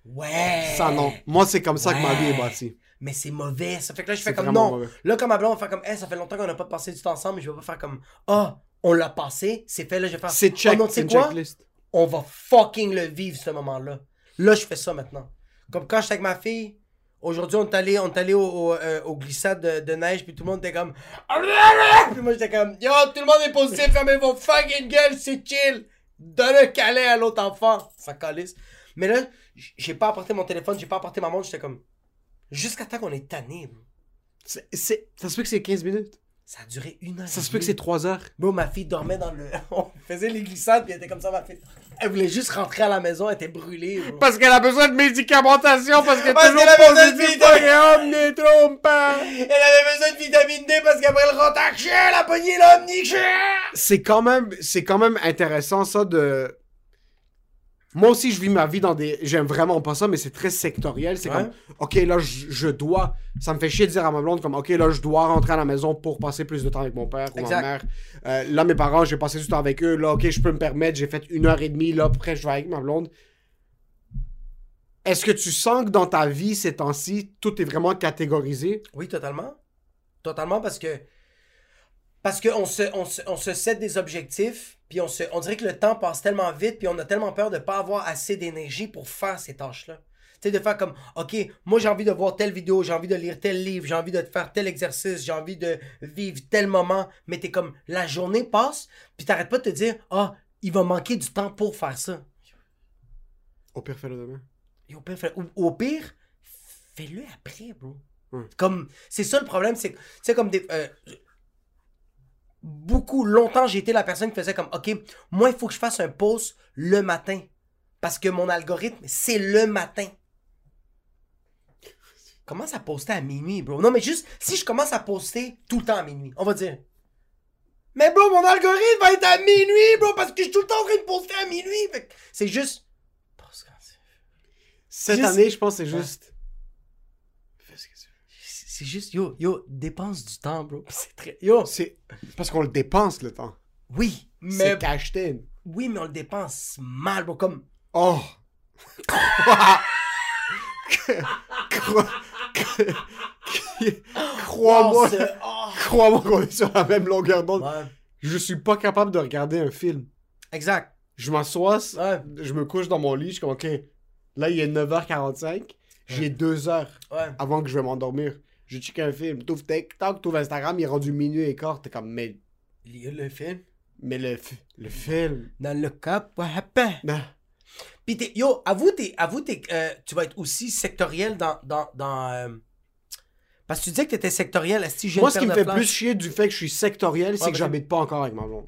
[SPEAKER 2] Ouais!
[SPEAKER 3] ça non. Moi, c'est comme ça que ma vie est
[SPEAKER 2] Ouais.
[SPEAKER 3] bâtie.
[SPEAKER 2] Mais c'est mauvais. Ça fait que là, je
[SPEAKER 3] C'est
[SPEAKER 2] fais comme,
[SPEAKER 3] vraiment
[SPEAKER 2] non.
[SPEAKER 3] mauvais.
[SPEAKER 2] Là, comme ma blonde, on va faire comme, hé, ça fait longtemps qu'on n'a pas passé du temps ensemble, mais je vais pas faire comme, ah, on l'a passé, c'est fait, là, je vais faire.
[SPEAKER 3] C'est
[SPEAKER 2] Oh
[SPEAKER 3] check,
[SPEAKER 2] non, tu
[SPEAKER 3] c'est
[SPEAKER 2] sais
[SPEAKER 3] une
[SPEAKER 2] quoi?
[SPEAKER 3] checklist.
[SPEAKER 2] on va fucking le vivre ce moment-là. Là, je fais ça maintenant. Comme quand j'étais avec ma fille, aujourd'hui, on est allé, on est allé au, au, euh, au glissade de, de neige, puis tout le monde était comme. Puis moi, j'étais comme, yo, tout le monde est positif, fermez vos fucking gueules, c'est chill. Donne un câlin à l'autre enfant. Ça calisse. Mais là, j- j'ai pas apporté mon téléphone, j'ai pas apporté ma montre, j'étais comme. Jusqu'à temps qu'on est tanné, bro.
[SPEAKER 3] C'est- c'est- Ça se peut que c'est 15 minutes.
[SPEAKER 2] ça a duré une heure.
[SPEAKER 3] Ça
[SPEAKER 2] et
[SPEAKER 3] se peut que
[SPEAKER 2] demie.
[SPEAKER 3] c'est 3 heures.
[SPEAKER 2] Bro, ma fille dormait dans le. On faisait les glissades, puis elle était comme ça, ma fille. Elle voulait juste rentrer à la maison, elle était brûlée. bro.
[SPEAKER 3] Parce qu'elle a besoin de médicamentation, parce qu'elle est
[SPEAKER 2] Parce
[SPEAKER 3] toujours
[SPEAKER 2] qu'elle a besoin de
[SPEAKER 3] positive
[SPEAKER 2] vitamine.
[SPEAKER 3] pour les hommes, les trompes.
[SPEAKER 2] Elle avait besoin de vitamine D parce qu'après le contact, j'ai la poignée l'omnichère!
[SPEAKER 3] C'est quand même, c'est quand même intéressant ça de. Moi aussi, je vis ma vie dans des. J'aime vraiment pas ça, mais c'est très sectoriel. C'est
[SPEAKER 2] Ouais.
[SPEAKER 3] comme, ok, là, je, je dois. Ça me fait chier de dire à ma blonde, comme, ok, là, je dois rentrer à la maison pour passer plus de temps avec mon père ou ma
[SPEAKER 2] Exact.
[SPEAKER 3] mère. Euh, là, mes parents, j'ai passé du temps avec eux. Là, ok, je peux me permettre. J'ai fait une heure et demie. Là, après, je vais avec ma blonde. Est-ce que tu sens que dans ta vie, ces temps-ci, tout est vraiment catégorisé?
[SPEAKER 2] Oui, totalement. Totalement parce que. Parce qu'on se, on se, on se set des objectifs, puis on, se, on dirait que le temps passe tellement vite, puis on a tellement peur de ne pas avoir assez d'énergie pour faire ces tâches-là. Tu sais, de faire comme, OK, moi j'ai envie de voir telle vidéo, j'ai envie de lire tel livre, j'ai envie de faire tel exercice, j'ai envie de vivre tel moment, mais t'es comme, la journée passe, puis t'arrêtes pas de te dire, ah, il va manquer du temps pour faire ça.
[SPEAKER 3] Au pire, fais-le demain.
[SPEAKER 2] Et au pire, fais- ou- au pire, fais-le après, bro.
[SPEAKER 3] Hmm.
[SPEAKER 2] Comme, c'est ça le problème, c'est que, tu sais, comme des. euh, beaucoup, longtemps, j'ai été la personne qui faisait comme, OK, moi, il faut que je fasse un post le matin. Parce que mon algorithme, c'est le matin. Commence à poster à minuit, bro. Non, mais juste, si je commence à poster tout le temps à minuit, on va dire. Mais bro, mon algorithme va être à minuit, bro, parce que je suis tout le temps en train de poster à minuit. Fait que C'est juste. Poste quand tu
[SPEAKER 3] Cette
[SPEAKER 2] Juste-
[SPEAKER 3] année, je pense que c'est juste. Fais ce que tu veux.
[SPEAKER 2] C'est c'est juste, yo, yo, dépense du temps, bro. C'est très. Yo,
[SPEAKER 3] C'est parce qu'on le dépense le temps.
[SPEAKER 2] oui, mais.
[SPEAKER 3] C'est cash in.
[SPEAKER 2] Oui, mais on le dépense mal, bro. Comme.
[SPEAKER 3] Oh. Crois- Crois-moi.
[SPEAKER 2] Oh, c'est- oh.
[SPEAKER 3] Crois-moi qu'on est sur la même longueur d'onde.
[SPEAKER 2] Ouais,
[SPEAKER 3] Je suis pas capable de regarder un film.
[SPEAKER 2] exact.
[SPEAKER 3] Je m'assois,
[SPEAKER 2] Ouais,
[SPEAKER 3] je me couche dans mon lit, je suis comme OK. Là, il est 9h45. J'ai deux heures
[SPEAKER 2] ouais.
[SPEAKER 3] avant que je vais m'endormir. Je check un film. T'ouvres TikTok, t'ouvres Instagram, il est rendu minuit et quart. T'es comme, mais,
[SPEAKER 2] Lire le film.
[SPEAKER 3] mais le, fi- le film.
[SPEAKER 2] Dans le cap, what happened?
[SPEAKER 3] Non.
[SPEAKER 2] Puis t'es, yo, avoue, t'es, avoue t'es, euh, tu vas être aussi sectoriel dans. dans, dans euh, Parce que tu disais que t'étais sectoriel, à si j'ai
[SPEAKER 3] Moi,
[SPEAKER 2] une
[SPEAKER 3] ce qui me
[SPEAKER 2] paire de
[SPEAKER 3] fait
[SPEAKER 2] planches.
[SPEAKER 3] plus chier du fait que je suis sectoriel, c'est
[SPEAKER 2] Ouais,
[SPEAKER 3] que
[SPEAKER 2] vas-y.
[SPEAKER 3] j'habite pas encore avec ma blonde.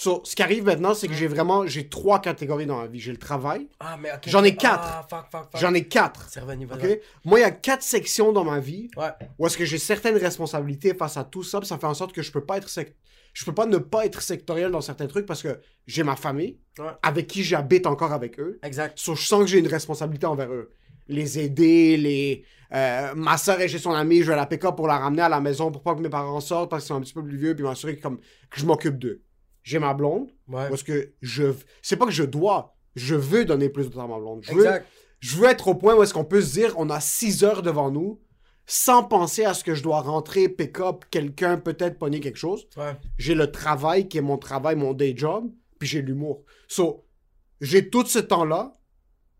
[SPEAKER 3] So, ce qui arrive maintenant, c'est que j'ai vraiment, j'ai trois catégories dans ma vie. J'ai le travail,
[SPEAKER 2] Ah, mais ok.
[SPEAKER 3] J'en ai quatre.
[SPEAKER 2] Ah, fuck, fuck, fuck.
[SPEAKER 3] j'en ai quatre.
[SPEAKER 2] C'est revenu,
[SPEAKER 3] ok?
[SPEAKER 2] voilà.
[SPEAKER 3] Moi, il y a quatre sections dans ma vie
[SPEAKER 2] Ouais.
[SPEAKER 3] où est-ce que j'ai certaines responsabilités face à tout ça, puis ça fait en sorte que je peux pas être sec- je peux pas ne pas être sectoriel dans certains trucs parce que j'ai ma famille
[SPEAKER 2] Ouais.
[SPEAKER 3] avec qui j'habite encore avec eux.
[SPEAKER 2] Exact.
[SPEAKER 3] So, je sens que j'ai une responsabilité envers eux. Les aider, les. euh, ma soeur est chez son ami, je vais la pick up pour la ramener à la maison pour pas que mes parents sortent parce qu'ils sont un petit peu plus vieux, puis m'assurer que, comme, que je m'occupe d'eux. J'ai ma blonde,
[SPEAKER 2] Ouais.
[SPEAKER 3] parce que je. C'est pas que je dois, je veux donner plus de temps à ma blonde. Je veux,
[SPEAKER 2] Exact.
[SPEAKER 3] je veux être au point où est-ce qu'on peut se dire on a 6 heures devant nous sans penser à ce que je dois rentrer, pick up quelqu'un, peut-être pogner quelque chose
[SPEAKER 2] Ouais.
[SPEAKER 3] j'ai le travail qui est mon travail, mon day job, puis j'ai l'humour. So, j'ai tout ce temps-là,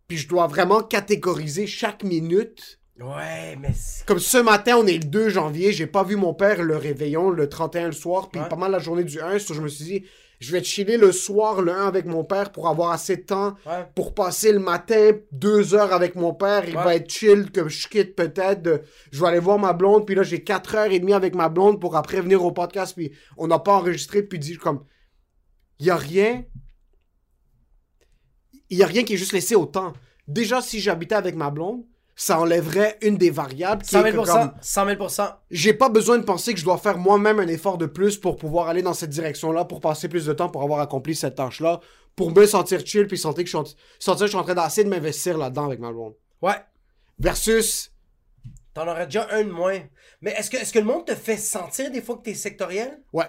[SPEAKER 3] puis je dois vraiment catégoriser chaque minute.
[SPEAKER 2] Ouais, mais. c'est-
[SPEAKER 3] Comme ce matin, on est le 2 janvier, j'ai pas vu mon père le réveillon le 31 le soir, puis
[SPEAKER 2] Ouais.
[SPEAKER 3] pas mal la journée du 1, so je me suis dit, je vais chiller le soir le 1 avec mon père pour avoir assez de temps
[SPEAKER 2] Ouais.
[SPEAKER 3] pour passer le matin deux heures avec mon père. Il
[SPEAKER 2] Ouais.
[SPEAKER 3] va être chill que je quitte peut-être. de- Je vais aller voir ma blonde. Puis là, j'ai quatre heures et demie avec ma blonde pour après venir au podcast. Puis on n'a pas enregistré. Puis dire comme... Il n'y a rien... Il n'y a rien qui est juste laissé au temps. Déjà, si j'habitais avec ma blonde, ça enlèverait une des variables qui
[SPEAKER 2] 100
[SPEAKER 3] est
[SPEAKER 2] 000
[SPEAKER 3] que comme
[SPEAKER 2] 100 000
[SPEAKER 3] j'ai pas besoin de penser que je dois faire moi-même un effort de plus pour pouvoir aller dans cette direction-là, pour passer plus de temps pour avoir accompli cette tâche-là, pour me sentir chill puis sentir que je suis en, sentir que je suis en train d'essayer de m'investir là-dedans avec ma blonde.
[SPEAKER 2] Ouais.
[SPEAKER 3] Versus
[SPEAKER 2] T'en aurais déjà un de moins. Mais est-ce que, est-ce que le monde te fait sentir des fois que t'es sectoriel?
[SPEAKER 3] ouais,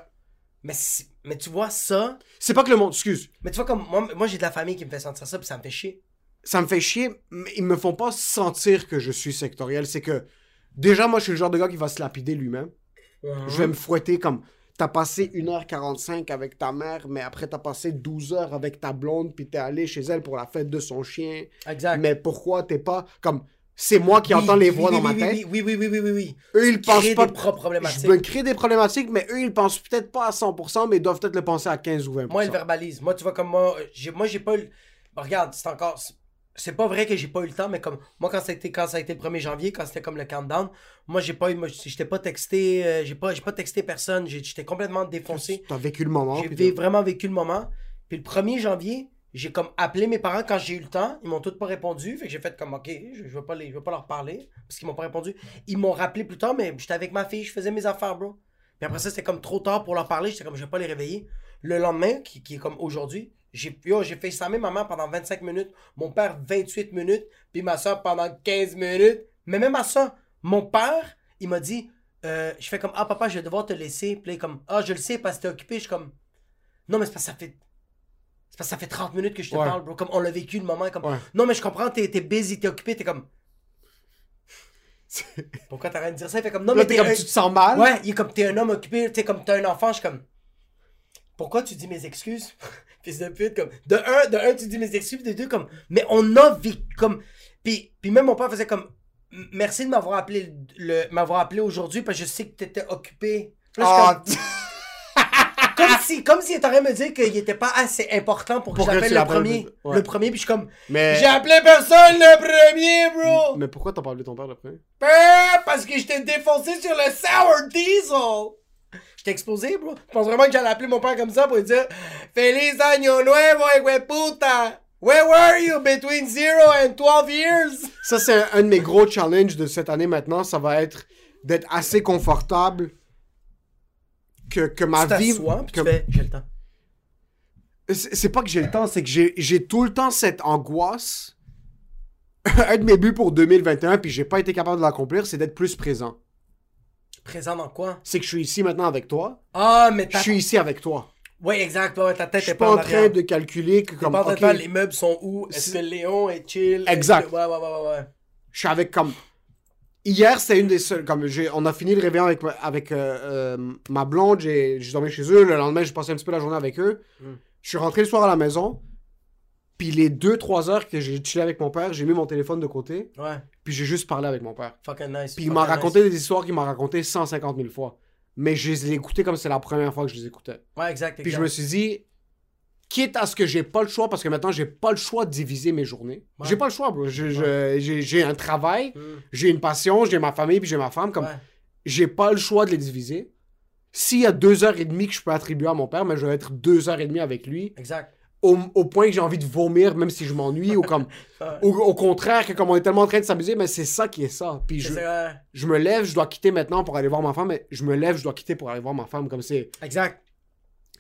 [SPEAKER 2] Mais, si- mais tu vois ça.
[SPEAKER 3] c'est pas que le monde, excuse,
[SPEAKER 2] Mais tu vois, comme moi, moi j'ai de la famille qui me fait sentir ça, puis ça me fait chier.
[SPEAKER 3] ça me fait chier, mais ils me font pas sentir que je suis sectoriel, c'est que déjà moi je suis le genre de gars qui va se lapider lui-même.
[SPEAKER 2] Mhm.
[SPEAKER 3] Je vais me fouetter comme t'as passé 1h45 avec ta mère, mais après t'as passé 12 heures avec ta blonde, puis t'es allé chez elle pour la fête de son chien.
[SPEAKER 2] Exact.
[SPEAKER 3] Mais pourquoi t'es pas comme c'est moi qui entends les voix dans ma tête.
[SPEAKER 2] Oui, oui, oui, oui, oui, oui, oui.
[SPEAKER 3] Eux ils pensent
[SPEAKER 2] Créer
[SPEAKER 3] pas.
[SPEAKER 2] des propres problématiques.
[SPEAKER 3] Je me crée des problématiques, mais eux ils pensent peut-être pas à 100%, mais ils doivent peut-être le penser à 15 ou 20%.
[SPEAKER 2] Moi, elle verbalise. Moi, tu vois, comme moi, euh, j'ai, moi, j'ai pas eu. le- Bah, regarde, c'est encore. c'est- C'est pas vrai que j'ai pas eu le temps, mais comme moi, quand ça a été, quand ça a été le 1er janvier, quand c'était comme le countdown, moi, j'ai pas eu. moi, j'étais pas texté. euh, j'ai, pas, j'ai pas texté personne. J'ai- j'étais complètement défoncé.
[SPEAKER 3] T'as vécu le moment.
[SPEAKER 2] J'ai
[SPEAKER 3] puis
[SPEAKER 2] vé-
[SPEAKER 3] t'as-
[SPEAKER 2] vraiment vécu le moment. Puis le 1er janvier, j'ai comme appelé mes parents quand j'ai eu le temps. Ils m'ont tous pas répondu. Fait que j'ai fait comme, OK, je, je veux pas les, je veux pas leur parler parce qu'ils m'ont pas répondu. Ils m'ont rappelé plus tard, mais j'étais avec ma fille, je faisais mes affaires, bro. Puis après ça, c'était comme trop tard pour leur parler. J'étais comme, je vais pas les réveiller. Le lendemain, qui, qui est comme aujourd'hui, j'ai yo, j'ai FaceTimé maman pendant 25 minutes, mon père 28 minutes, puis ma soeur pendant 15 minutes. Mais même à ça, mon père, il m'a dit, euh, je fais comme, ah papa, je vais devoir te laisser. Puis là, il est comme, ah, je le sais parce que t'es occupé. Je suis comme, non, mais c'est parce que ça fait. C'est parce que ça fait 30 minutes que je te
[SPEAKER 3] Ouais.
[SPEAKER 2] parle, bro. Comme on l'a vécu le moment. Comme...
[SPEAKER 3] Ouais.
[SPEAKER 2] Non, mais je comprends, t'es t'es busy, t'es occupé, t'es comme. Pourquoi t'arrêtes de dire ça? Il fait comme non,
[SPEAKER 3] Là
[SPEAKER 2] mais
[SPEAKER 3] t'es
[SPEAKER 2] t'es
[SPEAKER 3] comme
[SPEAKER 2] un-
[SPEAKER 3] tu te sens mal.
[SPEAKER 2] Ouais, il est comme t'es un homme occupé, t'es comme t'es un enfant, je suis comme. Pourquoi tu dis mes excuses? Fils de pute, comme. De un, de un, tu dis mes excuses, de deux, comme. Mais on a vécu, comme. Puis, puis même mon père faisait comme. M- Merci de m'avoir appelé, le, m'avoir appelé aujourd'hui parce que je sais que t'étais occupé. Puis là, je suis
[SPEAKER 3] Ah,
[SPEAKER 2] comme si comme s'il était en train de me dire qu'il était pas assez important pour que
[SPEAKER 3] Pour que
[SPEAKER 2] j'appelle
[SPEAKER 3] tu
[SPEAKER 2] le
[SPEAKER 3] l'appelles
[SPEAKER 2] premier
[SPEAKER 3] plus- ouais.
[SPEAKER 2] le premier puis je suis comme
[SPEAKER 3] mais...
[SPEAKER 2] j'ai appelé personne le premier bro
[SPEAKER 3] mais pourquoi t'as parlé de ton père le premier
[SPEAKER 2] Peur, parce que j'étais défoncé sur le sour diesel J'étais explosé, bro. Je pense vraiment que j'allais appeler mon père comme ça pour lui dire Feliz año nuevo, puta! Where were you between 0 and 12 years?
[SPEAKER 3] Ça, c'est un, un de mes gros challenges de cette année maintenant. Ça va être d'être assez confortable que, que ma vie. que-
[SPEAKER 2] j'ai le temps.
[SPEAKER 3] C'est c'est pas que j'ai le temps, c'est que j'ai- j'ai tout le temps cette angoisse. un de mes buts pour 2021, puis j'ai pas été capable de l'accomplir, c'est d'être plus présent.
[SPEAKER 2] Présent dans quoi?
[SPEAKER 3] C'est que je suis ici maintenant avec toi.
[SPEAKER 2] Ah, mais
[SPEAKER 3] Je
[SPEAKER 2] ta.
[SPEAKER 3] suis ici avec toi.
[SPEAKER 2] Ouais, exact, ouais, ta
[SPEAKER 3] Je
[SPEAKER 2] tête
[SPEAKER 3] suis
[SPEAKER 2] est
[SPEAKER 3] pas en
[SPEAKER 2] arrière.
[SPEAKER 3] train de calculer que comme.
[SPEAKER 2] Par
[SPEAKER 3] ok,
[SPEAKER 2] temps, les meubles sont où? Est-ce que
[SPEAKER 3] C'est-
[SPEAKER 2] Léon est chill? Est-ce
[SPEAKER 3] Exact.
[SPEAKER 2] que- Ouais, ouais, ouais, ouais, ouais.
[SPEAKER 3] je suis avec comme hier c'était une des seules comme j'ai on a fini le réveillon avec ma- avec euh, euh, ma blonde j'ai j'ai dormi chez eux le lendemain j'ai passé un petit peu la journée avec eux je suis rentré le soir à la maison puis les 2-3 heures que j'ai chillé avec mon père j'ai mis mon téléphone de côté
[SPEAKER 2] Ouais,
[SPEAKER 3] puis j'ai juste parlé avec mon père
[SPEAKER 2] fucking nice.
[SPEAKER 3] puis il m'a
[SPEAKER 2] fucking
[SPEAKER 3] raconté des histoires qu'il m'a raconté 150 000 fois mais je les ai écoutées comme c'est la première fois que je les écoutais
[SPEAKER 2] nice. Ouais, exact.
[SPEAKER 3] puis je
[SPEAKER 2] exact.
[SPEAKER 3] me suis dit quitte à ce que j'ai pas le choix parce que maintenant j'ai pas le choix de diviser mes journées
[SPEAKER 2] Ouais.
[SPEAKER 3] j'ai pas le choix bro. Je- je- j'ai j'ai un travail
[SPEAKER 2] Mm.
[SPEAKER 3] j'ai une passion, j'ai ma famille, puis j'ai ma femme. Comme
[SPEAKER 2] Ouais.
[SPEAKER 3] j'ai pas le choix de les diviser. S'il y a deux heures et demie que je peux attribuer à mon père, mais je vais être deux heures et demie avec lui,
[SPEAKER 2] Exact.
[SPEAKER 3] au, au point que j'ai envie de vomir, même si je m'ennuie, ou comme
[SPEAKER 2] Ouais.
[SPEAKER 3] au, au contraire que comme on est tellement en train de s'amuser, mais c'est ça qui est ça. Puis je,
[SPEAKER 2] C'est vrai.
[SPEAKER 3] je me lève, je dois quitter maintenant pour aller voir ma femme, mais je me lève, je dois quitter pour aller voir ma femme. Comme c'est,
[SPEAKER 2] Exact.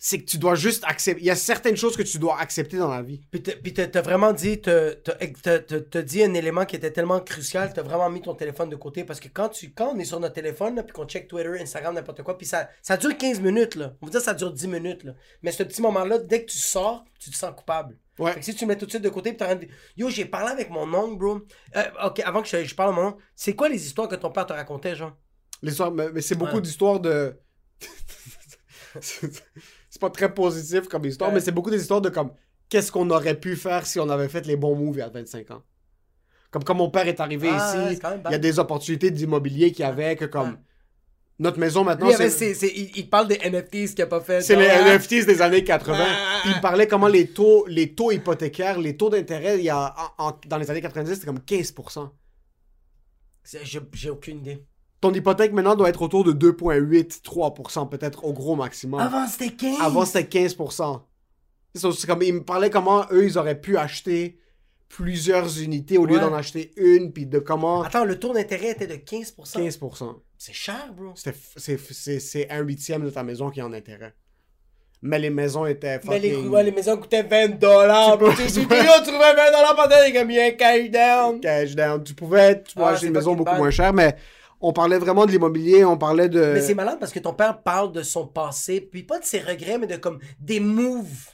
[SPEAKER 3] c'est que tu dois juste accepter. Il y a certaines choses que tu dois accepter dans la vie.
[SPEAKER 2] Puis t'as- puis t'as t'as vraiment dit, t'as- t'as t'as- t'as- t'as dit un élément qui était tellement crucial, t'as vraiment mis ton téléphone de côté parce que quand, tu, quand on est sur notre téléphone, là, puis qu'on check Twitter, Instagram, n'importe quoi, puis ça, ça dure 15 minutes, là. on va dire ça dure 10 minutes, là. mais ce petit moment-là, dès que tu sors, tu te sens coupable.
[SPEAKER 3] Ouais.
[SPEAKER 2] Fait que si tu le mets tout de suite de côté, puis t'as rien de- Yo, j'ai parlé avec mon oncle, bro. Euh, ok, avant que je, je parle à mon oncle, c'est quoi les histoires que ton père te racontait, genre
[SPEAKER 3] L'histoire, mais, mais c'est beaucoup
[SPEAKER 2] Ouais.
[SPEAKER 3] d'histoires de. c'est pas très positif comme histoire,
[SPEAKER 2] Ouais.
[SPEAKER 3] mais c'est beaucoup des histoires de comme qu'est-ce qu'on aurait pu faire si on avait fait les bons moves il y a 25 ans. Comme quand mon père est arrivé
[SPEAKER 2] Ah, ouais,
[SPEAKER 3] ici,
[SPEAKER 2] c'est quand même
[SPEAKER 3] il y a
[SPEAKER 2] bad.
[SPEAKER 3] des opportunités d'immobilier qu'il y avait, que comme
[SPEAKER 2] Ouais.
[SPEAKER 3] notre maison maintenant,
[SPEAKER 2] Lui, il, avait
[SPEAKER 3] c'est
[SPEAKER 2] ses- ses- il, il parle des NFTs qu'il a pas fait.
[SPEAKER 3] c'est
[SPEAKER 2] genre,
[SPEAKER 3] les
[SPEAKER 2] ah,
[SPEAKER 3] NFTs des années 80.
[SPEAKER 2] Ah.
[SPEAKER 3] Puis il parlait comment les taux, les taux hypothécaires, les taux d'intérêt, il y a, en- en- dans les années 90, c'était comme 15%.
[SPEAKER 2] c'est- J'ai j'ai aucune idée.
[SPEAKER 3] Ton hypothèque maintenant doit être autour de 2,8-3% peut-être au gros maximum.
[SPEAKER 2] Avant, c'était 15.
[SPEAKER 3] Avant, c'était 15 C'est aussi comme, ils me parlaient comment eux, ils auraient pu acheter plusieurs unités au lieu
[SPEAKER 2] Ouais.
[SPEAKER 3] d'en acheter une, puis de comment
[SPEAKER 2] Attends, le taux d'intérêt était de 15%.
[SPEAKER 3] 15%.
[SPEAKER 2] C'est cher, bro.
[SPEAKER 3] C'était f- c'est- C'est c'est un huitième de ta maison qui est en intérêt. Mais les maisons étaient fucking...
[SPEAKER 2] Mais les, ouais, les maisons coûtaient 20 dollars.
[SPEAKER 3] Tu peux-
[SPEAKER 2] Tu dis, yo, tu trouvais 20 dollars par terre, les gars, il y a un cash down.
[SPEAKER 3] cash down. Tu pouvais, tu pouvais
[SPEAKER 2] Ah,
[SPEAKER 3] acheter une
[SPEAKER 2] c'est
[SPEAKER 3] maison
[SPEAKER 2] fucking
[SPEAKER 3] beaucoup
[SPEAKER 2] bad.
[SPEAKER 3] moins chère, mais on parlait vraiment de l'immobilier, on parlait de...
[SPEAKER 2] Mais c'est malade parce que ton père parle de son passé, puis pas de ses regrets, mais de comme des moves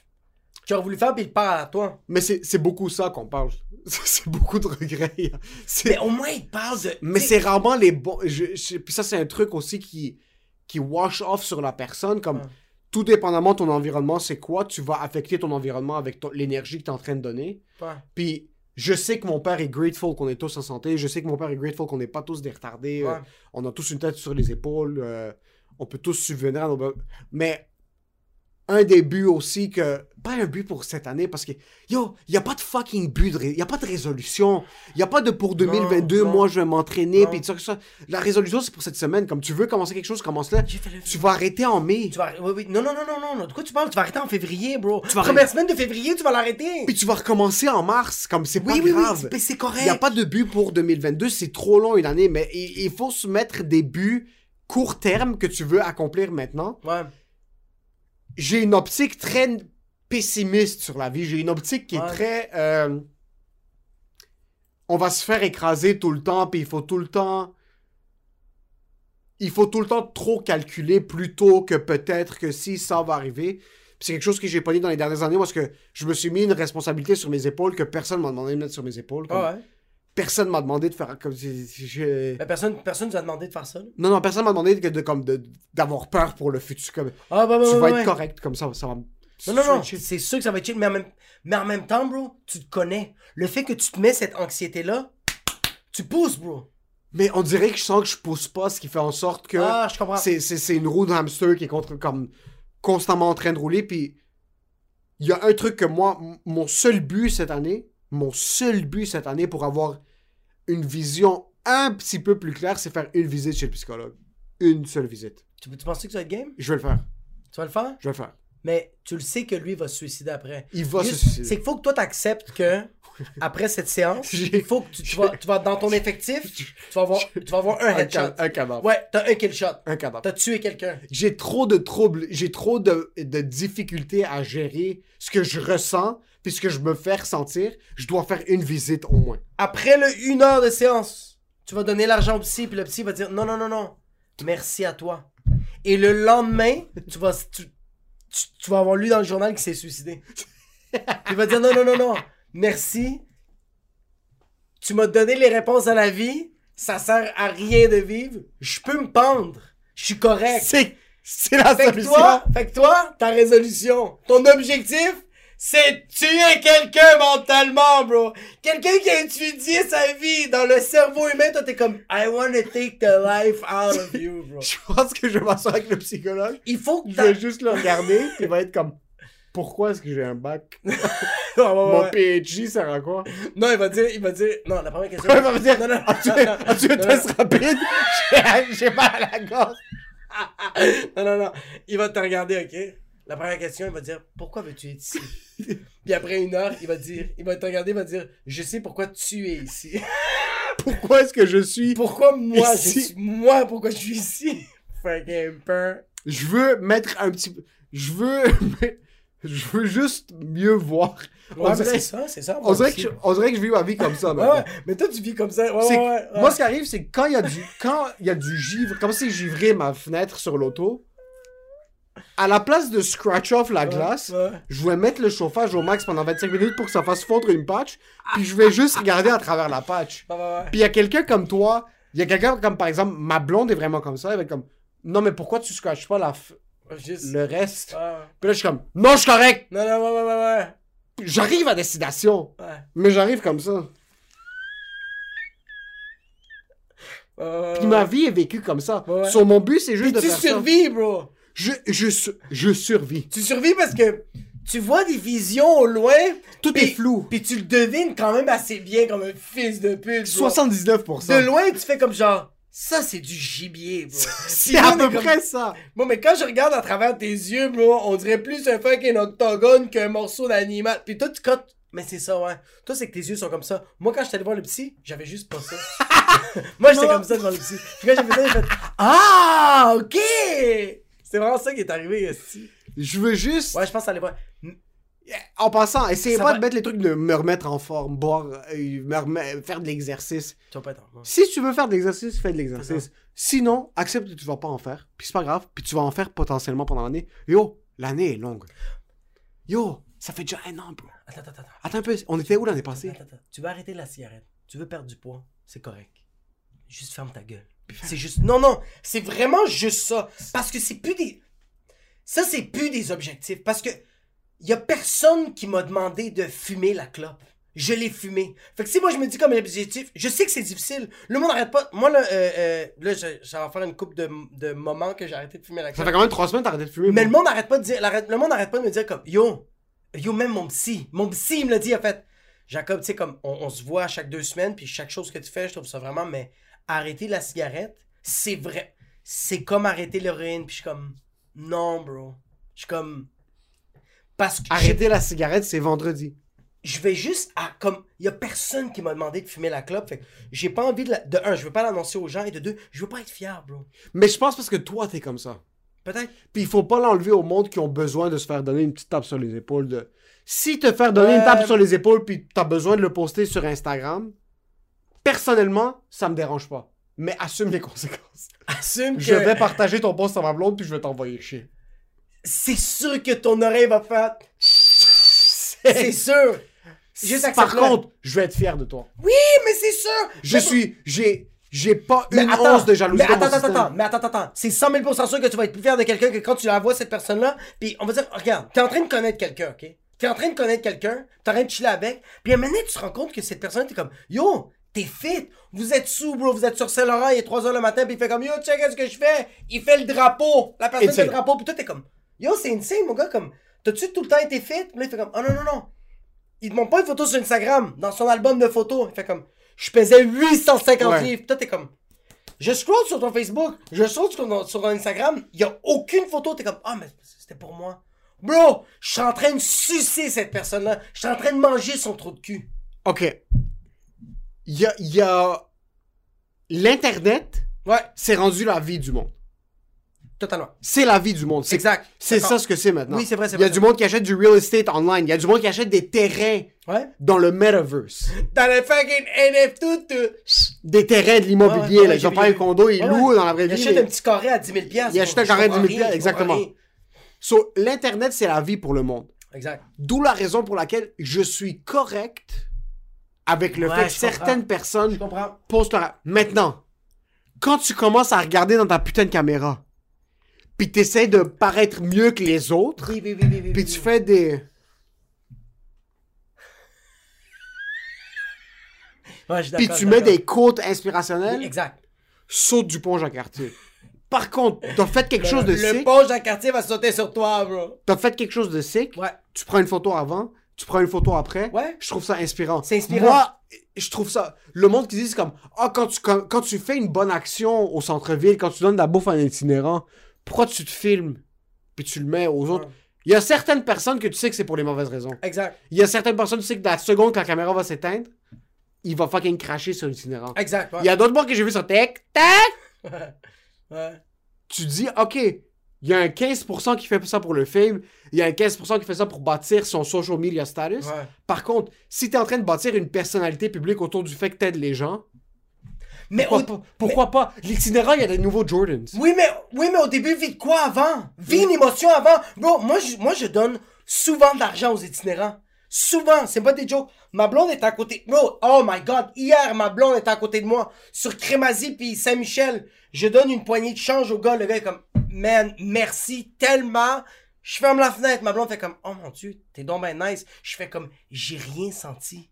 [SPEAKER 2] qu'il aurait voulu faire, puis il parle à toi.
[SPEAKER 3] Mais c'est c'est beaucoup ça qu'on parle. C'est beaucoup de regrets. C'est-
[SPEAKER 2] Mais au moins, il parle de.
[SPEAKER 3] Mais
[SPEAKER 2] tu
[SPEAKER 3] c'est
[SPEAKER 2] sais,
[SPEAKER 3] rarement les bons. je- je- puis ça, c'est un truc aussi qui, qui wash off sur la personne. Comme
[SPEAKER 2] Ouais.
[SPEAKER 3] tout dépendamment de ton environnement, c'est quoi, tu vas affecter ton environnement avec ton- l'énergie que tu es en train de donner.
[SPEAKER 2] Ouais.
[SPEAKER 3] Puis je sais que mon père est grateful qu'on est tous en santé. Je sais que mon père est grateful qu'on n'est pas tous des retardés.
[SPEAKER 2] Ouais.
[SPEAKER 3] euh, on a tous une tête sur les épaules. euh, on peut tous subvenir à nos be- Mais un des buts aussi que. Pas un but pour cette année parce que. Yo, il n'y a pas de fucking but. Il n'y a pas de résolution. Il n'y a pas de pour 2022,
[SPEAKER 2] non.
[SPEAKER 3] moi je vais m'entraîner.
[SPEAKER 2] Non.
[SPEAKER 3] Puis tout ça, tout ça. La résolution, c'est pour cette semaine. Comme tu veux commencer quelque chose, commence-le.
[SPEAKER 2] j'ai fait le-
[SPEAKER 3] Tu vas arrêter en mai.
[SPEAKER 2] Tu vas... oui, oui. Non, non, non, non, non, non. De quoi tu parles? Tu vas arrêter en février, bro.
[SPEAKER 3] vas
[SPEAKER 2] Première semaine de février, tu vas l'arrêter.
[SPEAKER 3] Puis tu vas recommencer en mars. Comme c'est
[SPEAKER 2] Oui,
[SPEAKER 3] pas
[SPEAKER 2] oui, oui.
[SPEAKER 3] grave.
[SPEAKER 2] mais C'est
[SPEAKER 3] Il
[SPEAKER 2] correct.
[SPEAKER 3] n'y a pas de but pour 2022, c'est trop long une année, mais il, il faut se mettre des buts court terme que tu veux accomplir maintenant.
[SPEAKER 2] Ouais.
[SPEAKER 3] J'ai une optique très pessimiste sur la vie, j'ai une optique qui est
[SPEAKER 2] Ouais.
[SPEAKER 3] très... euh, on va se faire écraser tout le temps, puis il faut tout le temps... Il faut tout le temps trop calculer plutôt que peut-être que si ça va arriver. Puis C'est quelque chose que j'ai pas dit dans les dernières années parce que je me suis mis une responsabilité sur mes épaules que personne m'a demandé de mettre sur mes épaules. comme-
[SPEAKER 2] Ouais, ouais.
[SPEAKER 3] personne m'a demandé de faire comme si- si je-
[SPEAKER 2] Mais personne, personne nous a demandé de faire ça. là.
[SPEAKER 3] non non personne m'a demandé que de comme de d'avoir peur pour le futur comme
[SPEAKER 2] Ah, bah, bah,
[SPEAKER 3] tu
[SPEAKER 2] bah,
[SPEAKER 3] vas
[SPEAKER 2] ouais.
[SPEAKER 3] être correct comme ça ça va me-
[SPEAKER 2] Non, non, non,
[SPEAKER 3] switcher.
[SPEAKER 2] c'est sûr que ça va être chill, mais en, même, mais en même temps, bro, tu te connais. Le fait que tu te mets cette anxiété-là, tu pousses, bro.
[SPEAKER 3] mais on dirait que je sens que je pousse pas ce qui fait en sorte que
[SPEAKER 2] Ah, je comprends.
[SPEAKER 3] c'est c'est c'est une roue de hamster qui est contre comme constamment en train de rouler puis il y a un truc que moi m- mon seul but cette année mon seul but cette année pour avoir une vision un petit peu plus claire c'est faire une visite chez le psychologue une seule visite
[SPEAKER 2] Tu, tu penses que ça va être game?
[SPEAKER 3] je vais le faire
[SPEAKER 2] Tu vas le faire?
[SPEAKER 3] je vais le faire
[SPEAKER 2] Mais tu le sais que lui va se suicider après.
[SPEAKER 3] il va se
[SPEAKER 2] Juste,
[SPEAKER 3] suicider
[SPEAKER 2] C'est qu'il faut que toi t'acceptes que, après cette séance,
[SPEAKER 3] J'ai-
[SPEAKER 2] il faut que tu, tu vas, tu vas dans ton effectif, tu vas avoir, tu vas avoir un
[SPEAKER 3] un, ca-
[SPEAKER 2] headshot.
[SPEAKER 3] un cadavre.
[SPEAKER 2] Ouais, t'as un kill shot.
[SPEAKER 3] Un cadavre.
[SPEAKER 2] T'as tué quelqu'un.
[SPEAKER 3] J'ai trop de troubles, j'ai trop de, de difficultés à gérer ce que je ressens puis ce que je me fais ressentir. Je dois faire une visite au moins.
[SPEAKER 2] Après le une heure de séance, tu vas donner l'argent au psy, puis le psy va dire non, non, non, non, merci à toi. Et le lendemain, tu vas, tu, tu- tu vas avoir lu dans le journal qu'il s'est suicidé. Il va dire non, non, non, non, merci. Tu m'as donné les réponses à la vie, ça sert à rien de vivre, je peux me pendre, je suis correct.
[SPEAKER 3] C'est, c'est la
[SPEAKER 2] Fait que
[SPEAKER 3] solution.
[SPEAKER 2] toi, fait que toi, ta résolution, ton objectif, c'est de tuer quelqu'un mentalement, bro. Quelqu'un qui a étudié sa vie dans le cerveau humain, toi t'es comme I wanna take the life out of you, bro.
[SPEAKER 3] Je pense que je vais m'asseoir avec le psychologue.
[SPEAKER 2] Il faut que
[SPEAKER 3] Je
[SPEAKER 2] t'as-
[SPEAKER 3] vais juste le regarder. puis Il va être comme Pourquoi est-ce que j'ai un bac
[SPEAKER 2] Ouais, ouais,
[SPEAKER 3] Mon
[SPEAKER 2] ouais.
[SPEAKER 3] PhD sert à quoi
[SPEAKER 2] Non, il va dire, il va dire, non, la première question.
[SPEAKER 3] Il va me dire Ah,
[SPEAKER 2] Non, non,
[SPEAKER 3] As-tu
[SPEAKER 2] non, non,
[SPEAKER 3] as-tu un
[SPEAKER 2] non,
[SPEAKER 3] test rapide J'ai- J'ai mal à la gorge.
[SPEAKER 2] non, non, non. Il va te regarder, ok? La première question, il va dire Pourquoi veux-tu être ici? Puis après une heure, il va dire, il va te regarder, il va dire Je sais pourquoi tu es ici.
[SPEAKER 3] Pourquoi est-ce que je suis
[SPEAKER 2] Pourquoi moi, je
[SPEAKER 3] Ici.
[SPEAKER 2] suis- moi, pourquoi je suis ici? Fucking peur.
[SPEAKER 3] Je veux mettre un petit peu. Je veux. Je veux juste mieux voir.
[SPEAKER 2] Ouais,
[SPEAKER 3] on,
[SPEAKER 2] mais
[SPEAKER 3] dirait,
[SPEAKER 2] c'est ça, c'est ça.
[SPEAKER 3] on, dirait que
[SPEAKER 2] aussi.
[SPEAKER 3] je, on dirait que je vis ma vie comme ça.
[SPEAKER 2] Ouais,
[SPEAKER 3] maintenant.
[SPEAKER 2] ouais, mais toi, tu vis comme ça. Ouais,
[SPEAKER 3] C'est-
[SPEAKER 2] ouais, ouais, ouais.
[SPEAKER 3] Moi, ce qui arrive, c'est que quand il y a du, quand il y a du givre, comme si givrer ma fenêtre sur l'auto, à la place de scratch off la glace,
[SPEAKER 2] Ouais.
[SPEAKER 3] je vais mettre le chauffage au max pendant 25 minutes pour que ça fasse fondre une patch, puis je vais juste regarder à travers la patch.
[SPEAKER 2] Ouais, ouais, ouais.
[SPEAKER 3] Puis il y a quelqu'un comme toi, il y a quelqu'un comme par exemple, ma blonde est vraiment comme ça, elle va être comme, non mais pourquoi tu scratches pas la f-
[SPEAKER 2] Juste.
[SPEAKER 3] le reste?
[SPEAKER 2] Ouais, ouais.
[SPEAKER 3] Puis là, je suis comme, non, je suis correct.
[SPEAKER 2] Non, non, ouais, ouais, ouais,
[SPEAKER 3] J'arrive à destination.
[SPEAKER 2] ouais. Ouais.
[SPEAKER 3] Mais j'arrive comme ça.
[SPEAKER 2] Ouais, ouais, ouais,
[SPEAKER 3] Puis ma vie est vécue comme ça.
[SPEAKER 2] Ouais, ouais.
[SPEAKER 3] Sur mon but, c'est juste
[SPEAKER 2] Puis
[SPEAKER 3] de
[SPEAKER 2] tu
[SPEAKER 3] faire ça.
[SPEAKER 2] survis, bro.
[SPEAKER 3] Je, je, su- je survis.
[SPEAKER 2] Tu survis parce que tu vois des visions au loin.
[SPEAKER 3] Tout
[SPEAKER 2] puis-
[SPEAKER 3] est flou.
[SPEAKER 2] Puis tu le devines quand même assez bien comme un fils de pute. bro.
[SPEAKER 3] 79%.
[SPEAKER 2] De loin, tu fais comme genre. Ça, c'est du gibier, bro.
[SPEAKER 3] C'est à
[SPEAKER 2] Puis là, on
[SPEAKER 3] peu
[SPEAKER 2] est comme-
[SPEAKER 3] près ça.
[SPEAKER 2] Bon, mais quand je regarde à travers tes yeux, bro, on dirait plus un fucking octogone qu'un morceau d'animal. Puis toi, tu, quand, Mais c'est ça, ouais. Toi, c'est que tes yeux sont comme ça. Moi, quand j'étais allé voir le psy, j'avais juste pas ça. Moi, j'étais comme ça devant le psy. Puis quand j'ai fait ça, j'ai fait Ah, ok! C'est vraiment ça qui est arrivé, aussi.
[SPEAKER 3] Je veux juste,
[SPEAKER 2] Ouais, je pense aller voir.
[SPEAKER 3] en passant, essayez
[SPEAKER 2] Ça
[SPEAKER 3] pas
[SPEAKER 2] va-
[SPEAKER 3] de mettre les trucs de me remettre en forme, boire, euh, me remet- faire de l'exercice.
[SPEAKER 2] Tu vas pas être en-
[SPEAKER 3] Si tu veux faire de l'exercice, fais de l'exercice. Sinon, accepte que tu vas pas en faire. Puis c'est pas grave. Puis tu vas en faire potentiellement pendant l'année. Yo, l'année est longue. Yo, ça fait déjà un an, bro.
[SPEAKER 2] Attends, attends, attends.
[SPEAKER 3] Attends un peu, on était où l'année passée?
[SPEAKER 2] Attends, attends. Tu veux arrêter la cigarette. Tu veux perdre du poids. C'est correct. Juste ferme ta gueule. C'est juste. Non, non. C'est vraiment juste ça. Parce que c'est plus des. Ça, c'est plus des objectifs. Parce que. Y a personne qui m'a demandé de fumer la clope. Je l'ai fumée. Fait que si moi je me dis comme objectif, je sais que c'est difficile. Le monde n'arrête pas. Moi là, euh, euh, là, je- ça va faire une coupe de, de moments que j'ai arrêté de fumer la
[SPEAKER 3] Ça
[SPEAKER 2] clope.
[SPEAKER 3] fait quand même trois semaines que t'as arrêté de fumer.
[SPEAKER 2] Mais le
[SPEAKER 3] bro.
[SPEAKER 2] monde n'arrête pas de dire, l'arrête- le monde n'arrête pas de me dire comme, yo, yo, même mon psy, mon psy, il me l'a dit, en fait. Jacob, tu sais, comme, on, on se voit chaque deux semaines, puis chaque chose que tu fais, je trouve ça vraiment, mais arrêter la cigarette, c'est vrai. C'est comme arrêter l'héroïne, puis je suis comme, non, bro. Je suis comme, parce que j'ai-
[SPEAKER 3] Arrêter la cigarette, c'est vendredi.
[SPEAKER 2] je vais juste à comme il y a personne qui m'a demandé de fumer la clope fait que j'ai pas envie de la- de un je veux pas l'annoncer aux gens et de deux je veux pas être fier bro
[SPEAKER 3] Mais je pense parce que toi, t'es comme ça.
[SPEAKER 2] peut-être
[SPEAKER 3] Puis il faut pas l'enlever au monde qui ont besoin de se faire donner une petite tape sur les épaules. De... Si te faire donner une
[SPEAKER 2] Ouais.
[SPEAKER 3] tape sur les épaules puis t'as besoin de le poster sur Instagram, personnellement, ça me dérange pas. Mais assume les conséquences.
[SPEAKER 2] assume que
[SPEAKER 3] Je vais partager ton post à ma blonde puis je vais t'envoyer chier.
[SPEAKER 2] c'est sûr que ton oreille va faire. C'est sûr. Juste
[SPEAKER 3] Par
[SPEAKER 2] accepte-le.
[SPEAKER 3] contre, je vais être fier de toi.
[SPEAKER 2] Eh, mais c'est sûr.
[SPEAKER 3] Je
[SPEAKER 2] Mais-
[SPEAKER 3] suis, j'ai, j'ai pas
[SPEAKER 2] Mais
[SPEAKER 3] une
[SPEAKER 2] attends,
[SPEAKER 3] once de jalousie.
[SPEAKER 2] Mais
[SPEAKER 3] dans
[SPEAKER 2] attends,
[SPEAKER 3] mon
[SPEAKER 2] attends,
[SPEAKER 3] système.
[SPEAKER 2] attends, mais attends, attends. C'est 100 000 sûr que tu vas être plus fier de quelqu'un que quand tu la vois, cette personne-là. Puis on va dire, regarde, t'es en train de connaître quelqu'un, ok? T'es en train de connaître quelqu'un, t'es en train de chiller avec. Puis à un moment donné, tu te rends compte que cette personne, t'es comme, yo, t'es fit. Vous êtes sous, bro. Vous êtes sur Saint-Laurent, il est 3 h le matin, puis il fait comme, yo, check, ce que je fais? Il fait le drapeau. La personne fait le
[SPEAKER 3] Insane.
[SPEAKER 2] drapeau, puis toi, t'es comme, yo, c'est insane, mon gars, comme, t'as-tu tout le temps été fit? Puis là, il fait comme, oh non, non, non. Il te montre pas une photo sur Instagram, dans son album de photos. Il fait comme, je pesais 850
[SPEAKER 3] Ouais.
[SPEAKER 2] livres. Puis Toi, t'es comme, je scroll sur ton Facebook, je scroll sur ton, sur ton Instagram, il a aucune photo, t'es comme, ah, mais c'était pour moi. Bro, je suis en train de sucer cette personne-là. Je suis en train de manger son trou de cul.
[SPEAKER 3] Ok. Il y a, il y a... L'Internet,
[SPEAKER 2] Ouais,
[SPEAKER 3] c'est rendu la vie du monde.
[SPEAKER 2] totalement.
[SPEAKER 3] C'est la vie du monde. C'est
[SPEAKER 2] Exact.
[SPEAKER 3] C'est
[SPEAKER 2] D'accord.
[SPEAKER 3] ça ce que c'est maintenant.
[SPEAKER 2] Oui, c'est vrai, c'est
[SPEAKER 3] Il y a
[SPEAKER 2] vrai.
[SPEAKER 3] du monde qui achète du real estate online. Il y a du monde qui achète des terrains
[SPEAKER 2] Ouais.
[SPEAKER 3] dans le metaverse.
[SPEAKER 2] Dans le fucking NF tout. euh,
[SPEAKER 3] Des terrains de l'immobilier.
[SPEAKER 2] Ouais, ouais,
[SPEAKER 3] là.
[SPEAKER 2] ouais,
[SPEAKER 3] ils ont
[SPEAKER 2] j'ai
[SPEAKER 3] pas
[SPEAKER 2] vu,
[SPEAKER 3] un
[SPEAKER 2] j'ai
[SPEAKER 3] condo, ils
[SPEAKER 2] ouais,
[SPEAKER 3] louent
[SPEAKER 2] ouais.
[SPEAKER 3] dans la vraie
[SPEAKER 2] Il
[SPEAKER 3] vie.
[SPEAKER 2] achète
[SPEAKER 3] mais-
[SPEAKER 2] un petit carré à 10 000 piastres,
[SPEAKER 3] Il
[SPEAKER 2] bro.
[SPEAKER 3] achète un
[SPEAKER 2] Je
[SPEAKER 3] carré à 10 000
[SPEAKER 2] comprends rien,
[SPEAKER 3] piastres,
[SPEAKER 2] je comprends
[SPEAKER 3] exactement.
[SPEAKER 2] rien.
[SPEAKER 3] So, L'Internet, c'est la vie pour le monde.
[SPEAKER 2] Exact.
[SPEAKER 3] D'où la raison pour laquelle je suis correct avec le
[SPEAKER 2] Ouais,
[SPEAKER 3] fait que
[SPEAKER 2] je comprends.
[SPEAKER 3] certaines
[SPEAKER 2] Je
[SPEAKER 3] personnes
[SPEAKER 2] comprends.
[SPEAKER 3] postent leur... Maintenant, quand tu commences à regarder dans ta putain de caméra, puis t'essayes de paraître mieux que les autres,
[SPEAKER 2] Oui, oui, oui, oui, oui,
[SPEAKER 3] Puis
[SPEAKER 2] oui,
[SPEAKER 3] tu
[SPEAKER 2] oui.
[SPEAKER 3] fais des...
[SPEAKER 2] Ouais, je suis
[SPEAKER 3] Puis
[SPEAKER 2] d'accord,
[SPEAKER 3] tu mets
[SPEAKER 2] d'accord.
[SPEAKER 3] des quotes inspirationnelles,
[SPEAKER 2] Exact.
[SPEAKER 3] saute du pont Jean-Cartier. Par contre, t'as fait quelque chose de
[SPEAKER 2] Le
[SPEAKER 3] sick,
[SPEAKER 2] pont Jean-Cartier va sauter sur toi, bro.
[SPEAKER 3] t'as fait quelque chose de sick,
[SPEAKER 2] Ouais.
[SPEAKER 3] tu prends une photo avant, tu prends une photo après,
[SPEAKER 2] Ouais.
[SPEAKER 3] je trouve ça inspirant.
[SPEAKER 2] C'est inspirant.
[SPEAKER 3] Moi, je trouve ça... Le monde qui dit, c'est comme, ah, quand, tu, quand, quand tu fais une bonne action au centre-ville, quand tu donnes de la bouffe à un itinérant, pourquoi tu te filmes, puis tu le mets aux autres
[SPEAKER 2] Ouais.
[SPEAKER 3] Il y a certaines personnes que tu sais que c'est pour les mauvaises raisons.
[SPEAKER 2] Exact.
[SPEAKER 3] Il y a certaines personnes, tu sais que dans la seconde que la caméra va s'éteindre, il va fucking cracher sur l'itinérant.
[SPEAKER 2] Exact. ouais.
[SPEAKER 3] Il y a d'autres morts que j'ai vu sur Tech. Tac!
[SPEAKER 2] Ouais.
[SPEAKER 3] Tu dis, OK, il y a un 15% qui fait ça pour le film. Il y a un 15% qui fait ça pour bâtir son social media status.
[SPEAKER 2] Ouais.
[SPEAKER 3] Par contre, si t'es en train de bâtir une personnalité publique autour du fait que t'aides les gens,
[SPEAKER 2] Mais au-
[SPEAKER 3] pourquoi, pas- pourquoi pas? L'itinérant, il y a des nouveaux Jordans.
[SPEAKER 2] Oui, mais, oui, mais au début, vis de quoi avant? Vis une émotion avant. Bro, moi, je, moi, je donne souvent de l'argent aux itinérants. Souvent, c'est pas des jokes. Ma blonde est à côté. Bro, oh my god, hier, ma blonde était à côté de moi. Sur Crémazie puis Saint-Michel, je donne une poignée de change au gars. Le gars est comme, man, merci tellement. Je ferme la fenêtre. Ma blonde fait comme, oh mon dieu, t'es donc ben nice. Je fais comme, j'ai rien senti.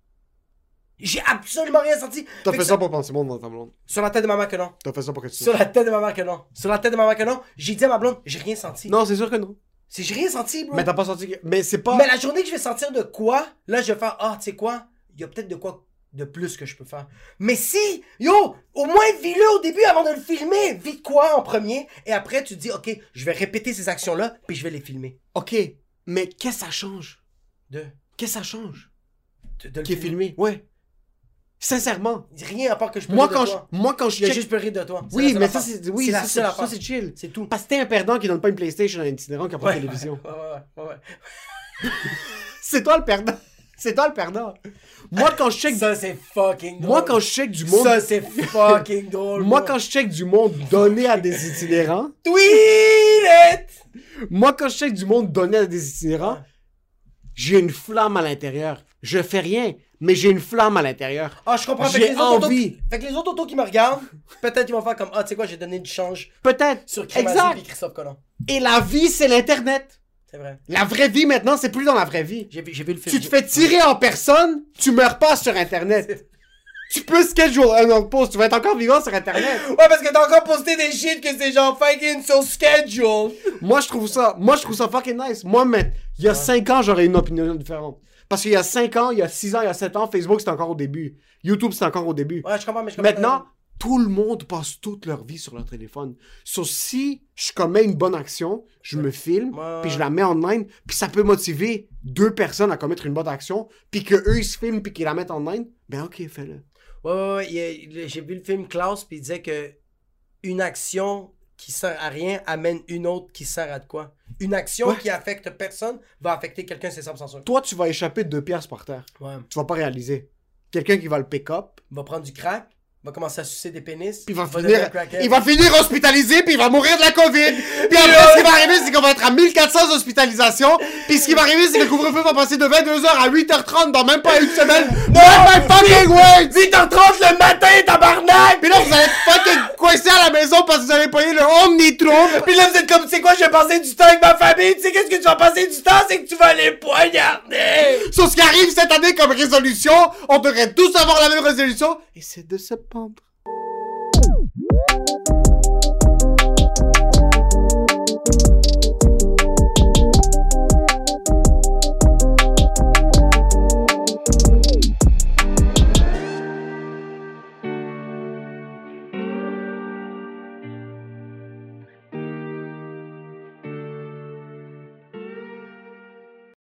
[SPEAKER 2] J'ai absolument rien senti.
[SPEAKER 3] T'as
[SPEAKER 2] Fait
[SPEAKER 3] fait
[SPEAKER 2] que
[SPEAKER 3] ça pour penser monde dans ta blonde.
[SPEAKER 2] Sur la tête de maman que non.
[SPEAKER 3] T'as fait ça pour que tu...
[SPEAKER 2] Sur la tête de maman que non. Sur la tête de maman que non. J'ai dit à ma blonde, j'ai rien senti.
[SPEAKER 3] Non, c'est sûr que non.
[SPEAKER 2] C'est j'ai rien senti, bro.
[SPEAKER 3] Mais
[SPEAKER 2] Mais,
[SPEAKER 3] t'as pas senti que... Mais c'est pas...
[SPEAKER 2] la journée que je vais sentir de quoi, là, je vais faire, ah, tu sais quoi, il y a peut-être de quoi de plus que je peux faire. Mais si, yo, au moins vis-le au début avant de le filmer. Vis de quoi en premier, et après, tu te dis, ok, je vais répéter ces actions-là, puis je vais les filmer.
[SPEAKER 3] OK, mais qu'est-ce que ça change?
[SPEAKER 2] Deux.
[SPEAKER 3] Qu'est-ce que ça change?
[SPEAKER 2] de- de le
[SPEAKER 3] qui est
[SPEAKER 2] filmer.
[SPEAKER 3] filmé. Ouais. Sincèrement.
[SPEAKER 2] Rien à part que je peux
[SPEAKER 3] Moi
[SPEAKER 2] rire
[SPEAKER 3] quand,
[SPEAKER 2] de
[SPEAKER 3] je,
[SPEAKER 2] toi.
[SPEAKER 3] moi, quand je
[SPEAKER 2] Il a
[SPEAKER 3] check-
[SPEAKER 2] juste pleuré de toi.
[SPEAKER 3] Oui,
[SPEAKER 2] la
[SPEAKER 3] mais
[SPEAKER 2] seule
[SPEAKER 3] ça,
[SPEAKER 2] affaire.
[SPEAKER 3] c'est oui,
[SPEAKER 2] la
[SPEAKER 3] ça, c'est-
[SPEAKER 2] seule
[SPEAKER 3] ça,
[SPEAKER 2] affaire.
[SPEAKER 3] c'est chill.
[SPEAKER 2] C'est tout.
[SPEAKER 3] Parce que t'es un perdant qui donne pas une PlayStation à un itinérant qui a pas
[SPEAKER 2] Ouais.
[SPEAKER 3] de télévision.
[SPEAKER 2] Ouais, ouais, ouais, ouais.
[SPEAKER 3] C'est toi le perdant. C'est toi le perdant. Moi, quand je check,
[SPEAKER 2] Ça, c'est fucking drôle.
[SPEAKER 3] moi, quand je check du monde,
[SPEAKER 2] Ça, c'est fucking drôle.
[SPEAKER 3] moi, quand je check du monde donné à des itinérants,
[SPEAKER 2] Tweet it!
[SPEAKER 3] moi, quand je check du monde donné à des itinérants, j'ai une flamme à l'intérieur. Je fais rien, mais j'ai une flamme à l'intérieur.
[SPEAKER 2] Ah, je comprends. Fait que
[SPEAKER 3] J'ai
[SPEAKER 2] les autres autos-
[SPEAKER 3] envie.
[SPEAKER 2] Fait que les autres autos qui me regardent, peut-être ils vont faire comme Ah, tu sais quoi, j'ai donné du change
[SPEAKER 3] Peut-être.
[SPEAKER 2] sur Crémazie et
[SPEAKER 3] Exact.
[SPEAKER 2] Christophe Colomb.
[SPEAKER 3] Et la vie, c'est l'Internet.
[SPEAKER 2] C'est vrai.
[SPEAKER 3] La vraie vie, maintenant, c'est plus dans la vraie vie.
[SPEAKER 2] J'ai vu, j'ai vu le film.
[SPEAKER 3] Tu te fais tirer en personne, tu meurs pas sur Internet. Tu peux schedule un autre pause, tu vas être encore vivant sur Internet.
[SPEAKER 2] Ouais, parce que t'as encore posté des shit que c'est genre fucking sur schedule.
[SPEAKER 3] Moi, je trouve ça, moi, je trouve ça fucking nice. Moi, mais, il y a 5 ans, j'aurais une opinion différente. Parce qu'il y a 5 ans, il y a 6 ans, il y a 7 ans, Facebook, c'était encore au début. YouTube, c'était encore au début.
[SPEAKER 2] Ouais, je comprends, mais je comprends.
[SPEAKER 3] Maintenant, tout le monde passe toute leur vie sur leur téléphone. Sauf si je commets une bonne action, je me filme,
[SPEAKER 2] Ouais.
[SPEAKER 3] puis je la mets en ligne, puis ça peut motiver deux personnes à commettre une bonne action, puis que eux ils se filment, puis qu'ils la mettent en ligne. Ben ok, fais-le.
[SPEAKER 2] Ouais, ouais, ouais, il y a- le- j'ai vu le film Klaus, puis il disait que une action qui sert à rien amène une autre qui sert à de quoi. Une action
[SPEAKER 3] Ouais.
[SPEAKER 2] qui affecte personne va affecter quelqu'un, c'est 100% sûr.
[SPEAKER 3] Toi, tu vas échapper de deux pièces par terre.
[SPEAKER 2] Ouais.
[SPEAKER 3] Tu vas pas réaliser. Quelqu'un qui va le pick-up,
[SPEAKER 2] Va prendre du crack, va commencer à sucer des pénis,
[SPEAKER 3] puis il va,
[SPEAKER 2] devenir
[SPEAKER 3] finir,
[SPEAKER 2] un crackhead.
[SPEAKER 3] il va finir hospitalisé, puis il va mourir de la COVID. Puis après, ce qui va arriver, c'est qu'on va être à 1400 hospitalisations. Puis ce qui va arriver, c'est que le couvre-feu va passer de 22h à 8h30 dans même pas une semaine. Non, my fucking words! 8h30 le matin, tabarnak! Puis là, vous allez être fucking coincés à la maison parce que vous avez payé le Omnitron.
[SPEAKER 2] Puis là, vous êtes comme, tu sais quoi, je vais passer du temps avec ma famille. Tu sais, qu'est-ce que tu vas passer du temps? C'est que tu vas les poignarder.
[SPEAKER 3] Sur ce qui arrive cette année comme résolution, on devrait tous avoir la même résolution. Et c'est de se pendre.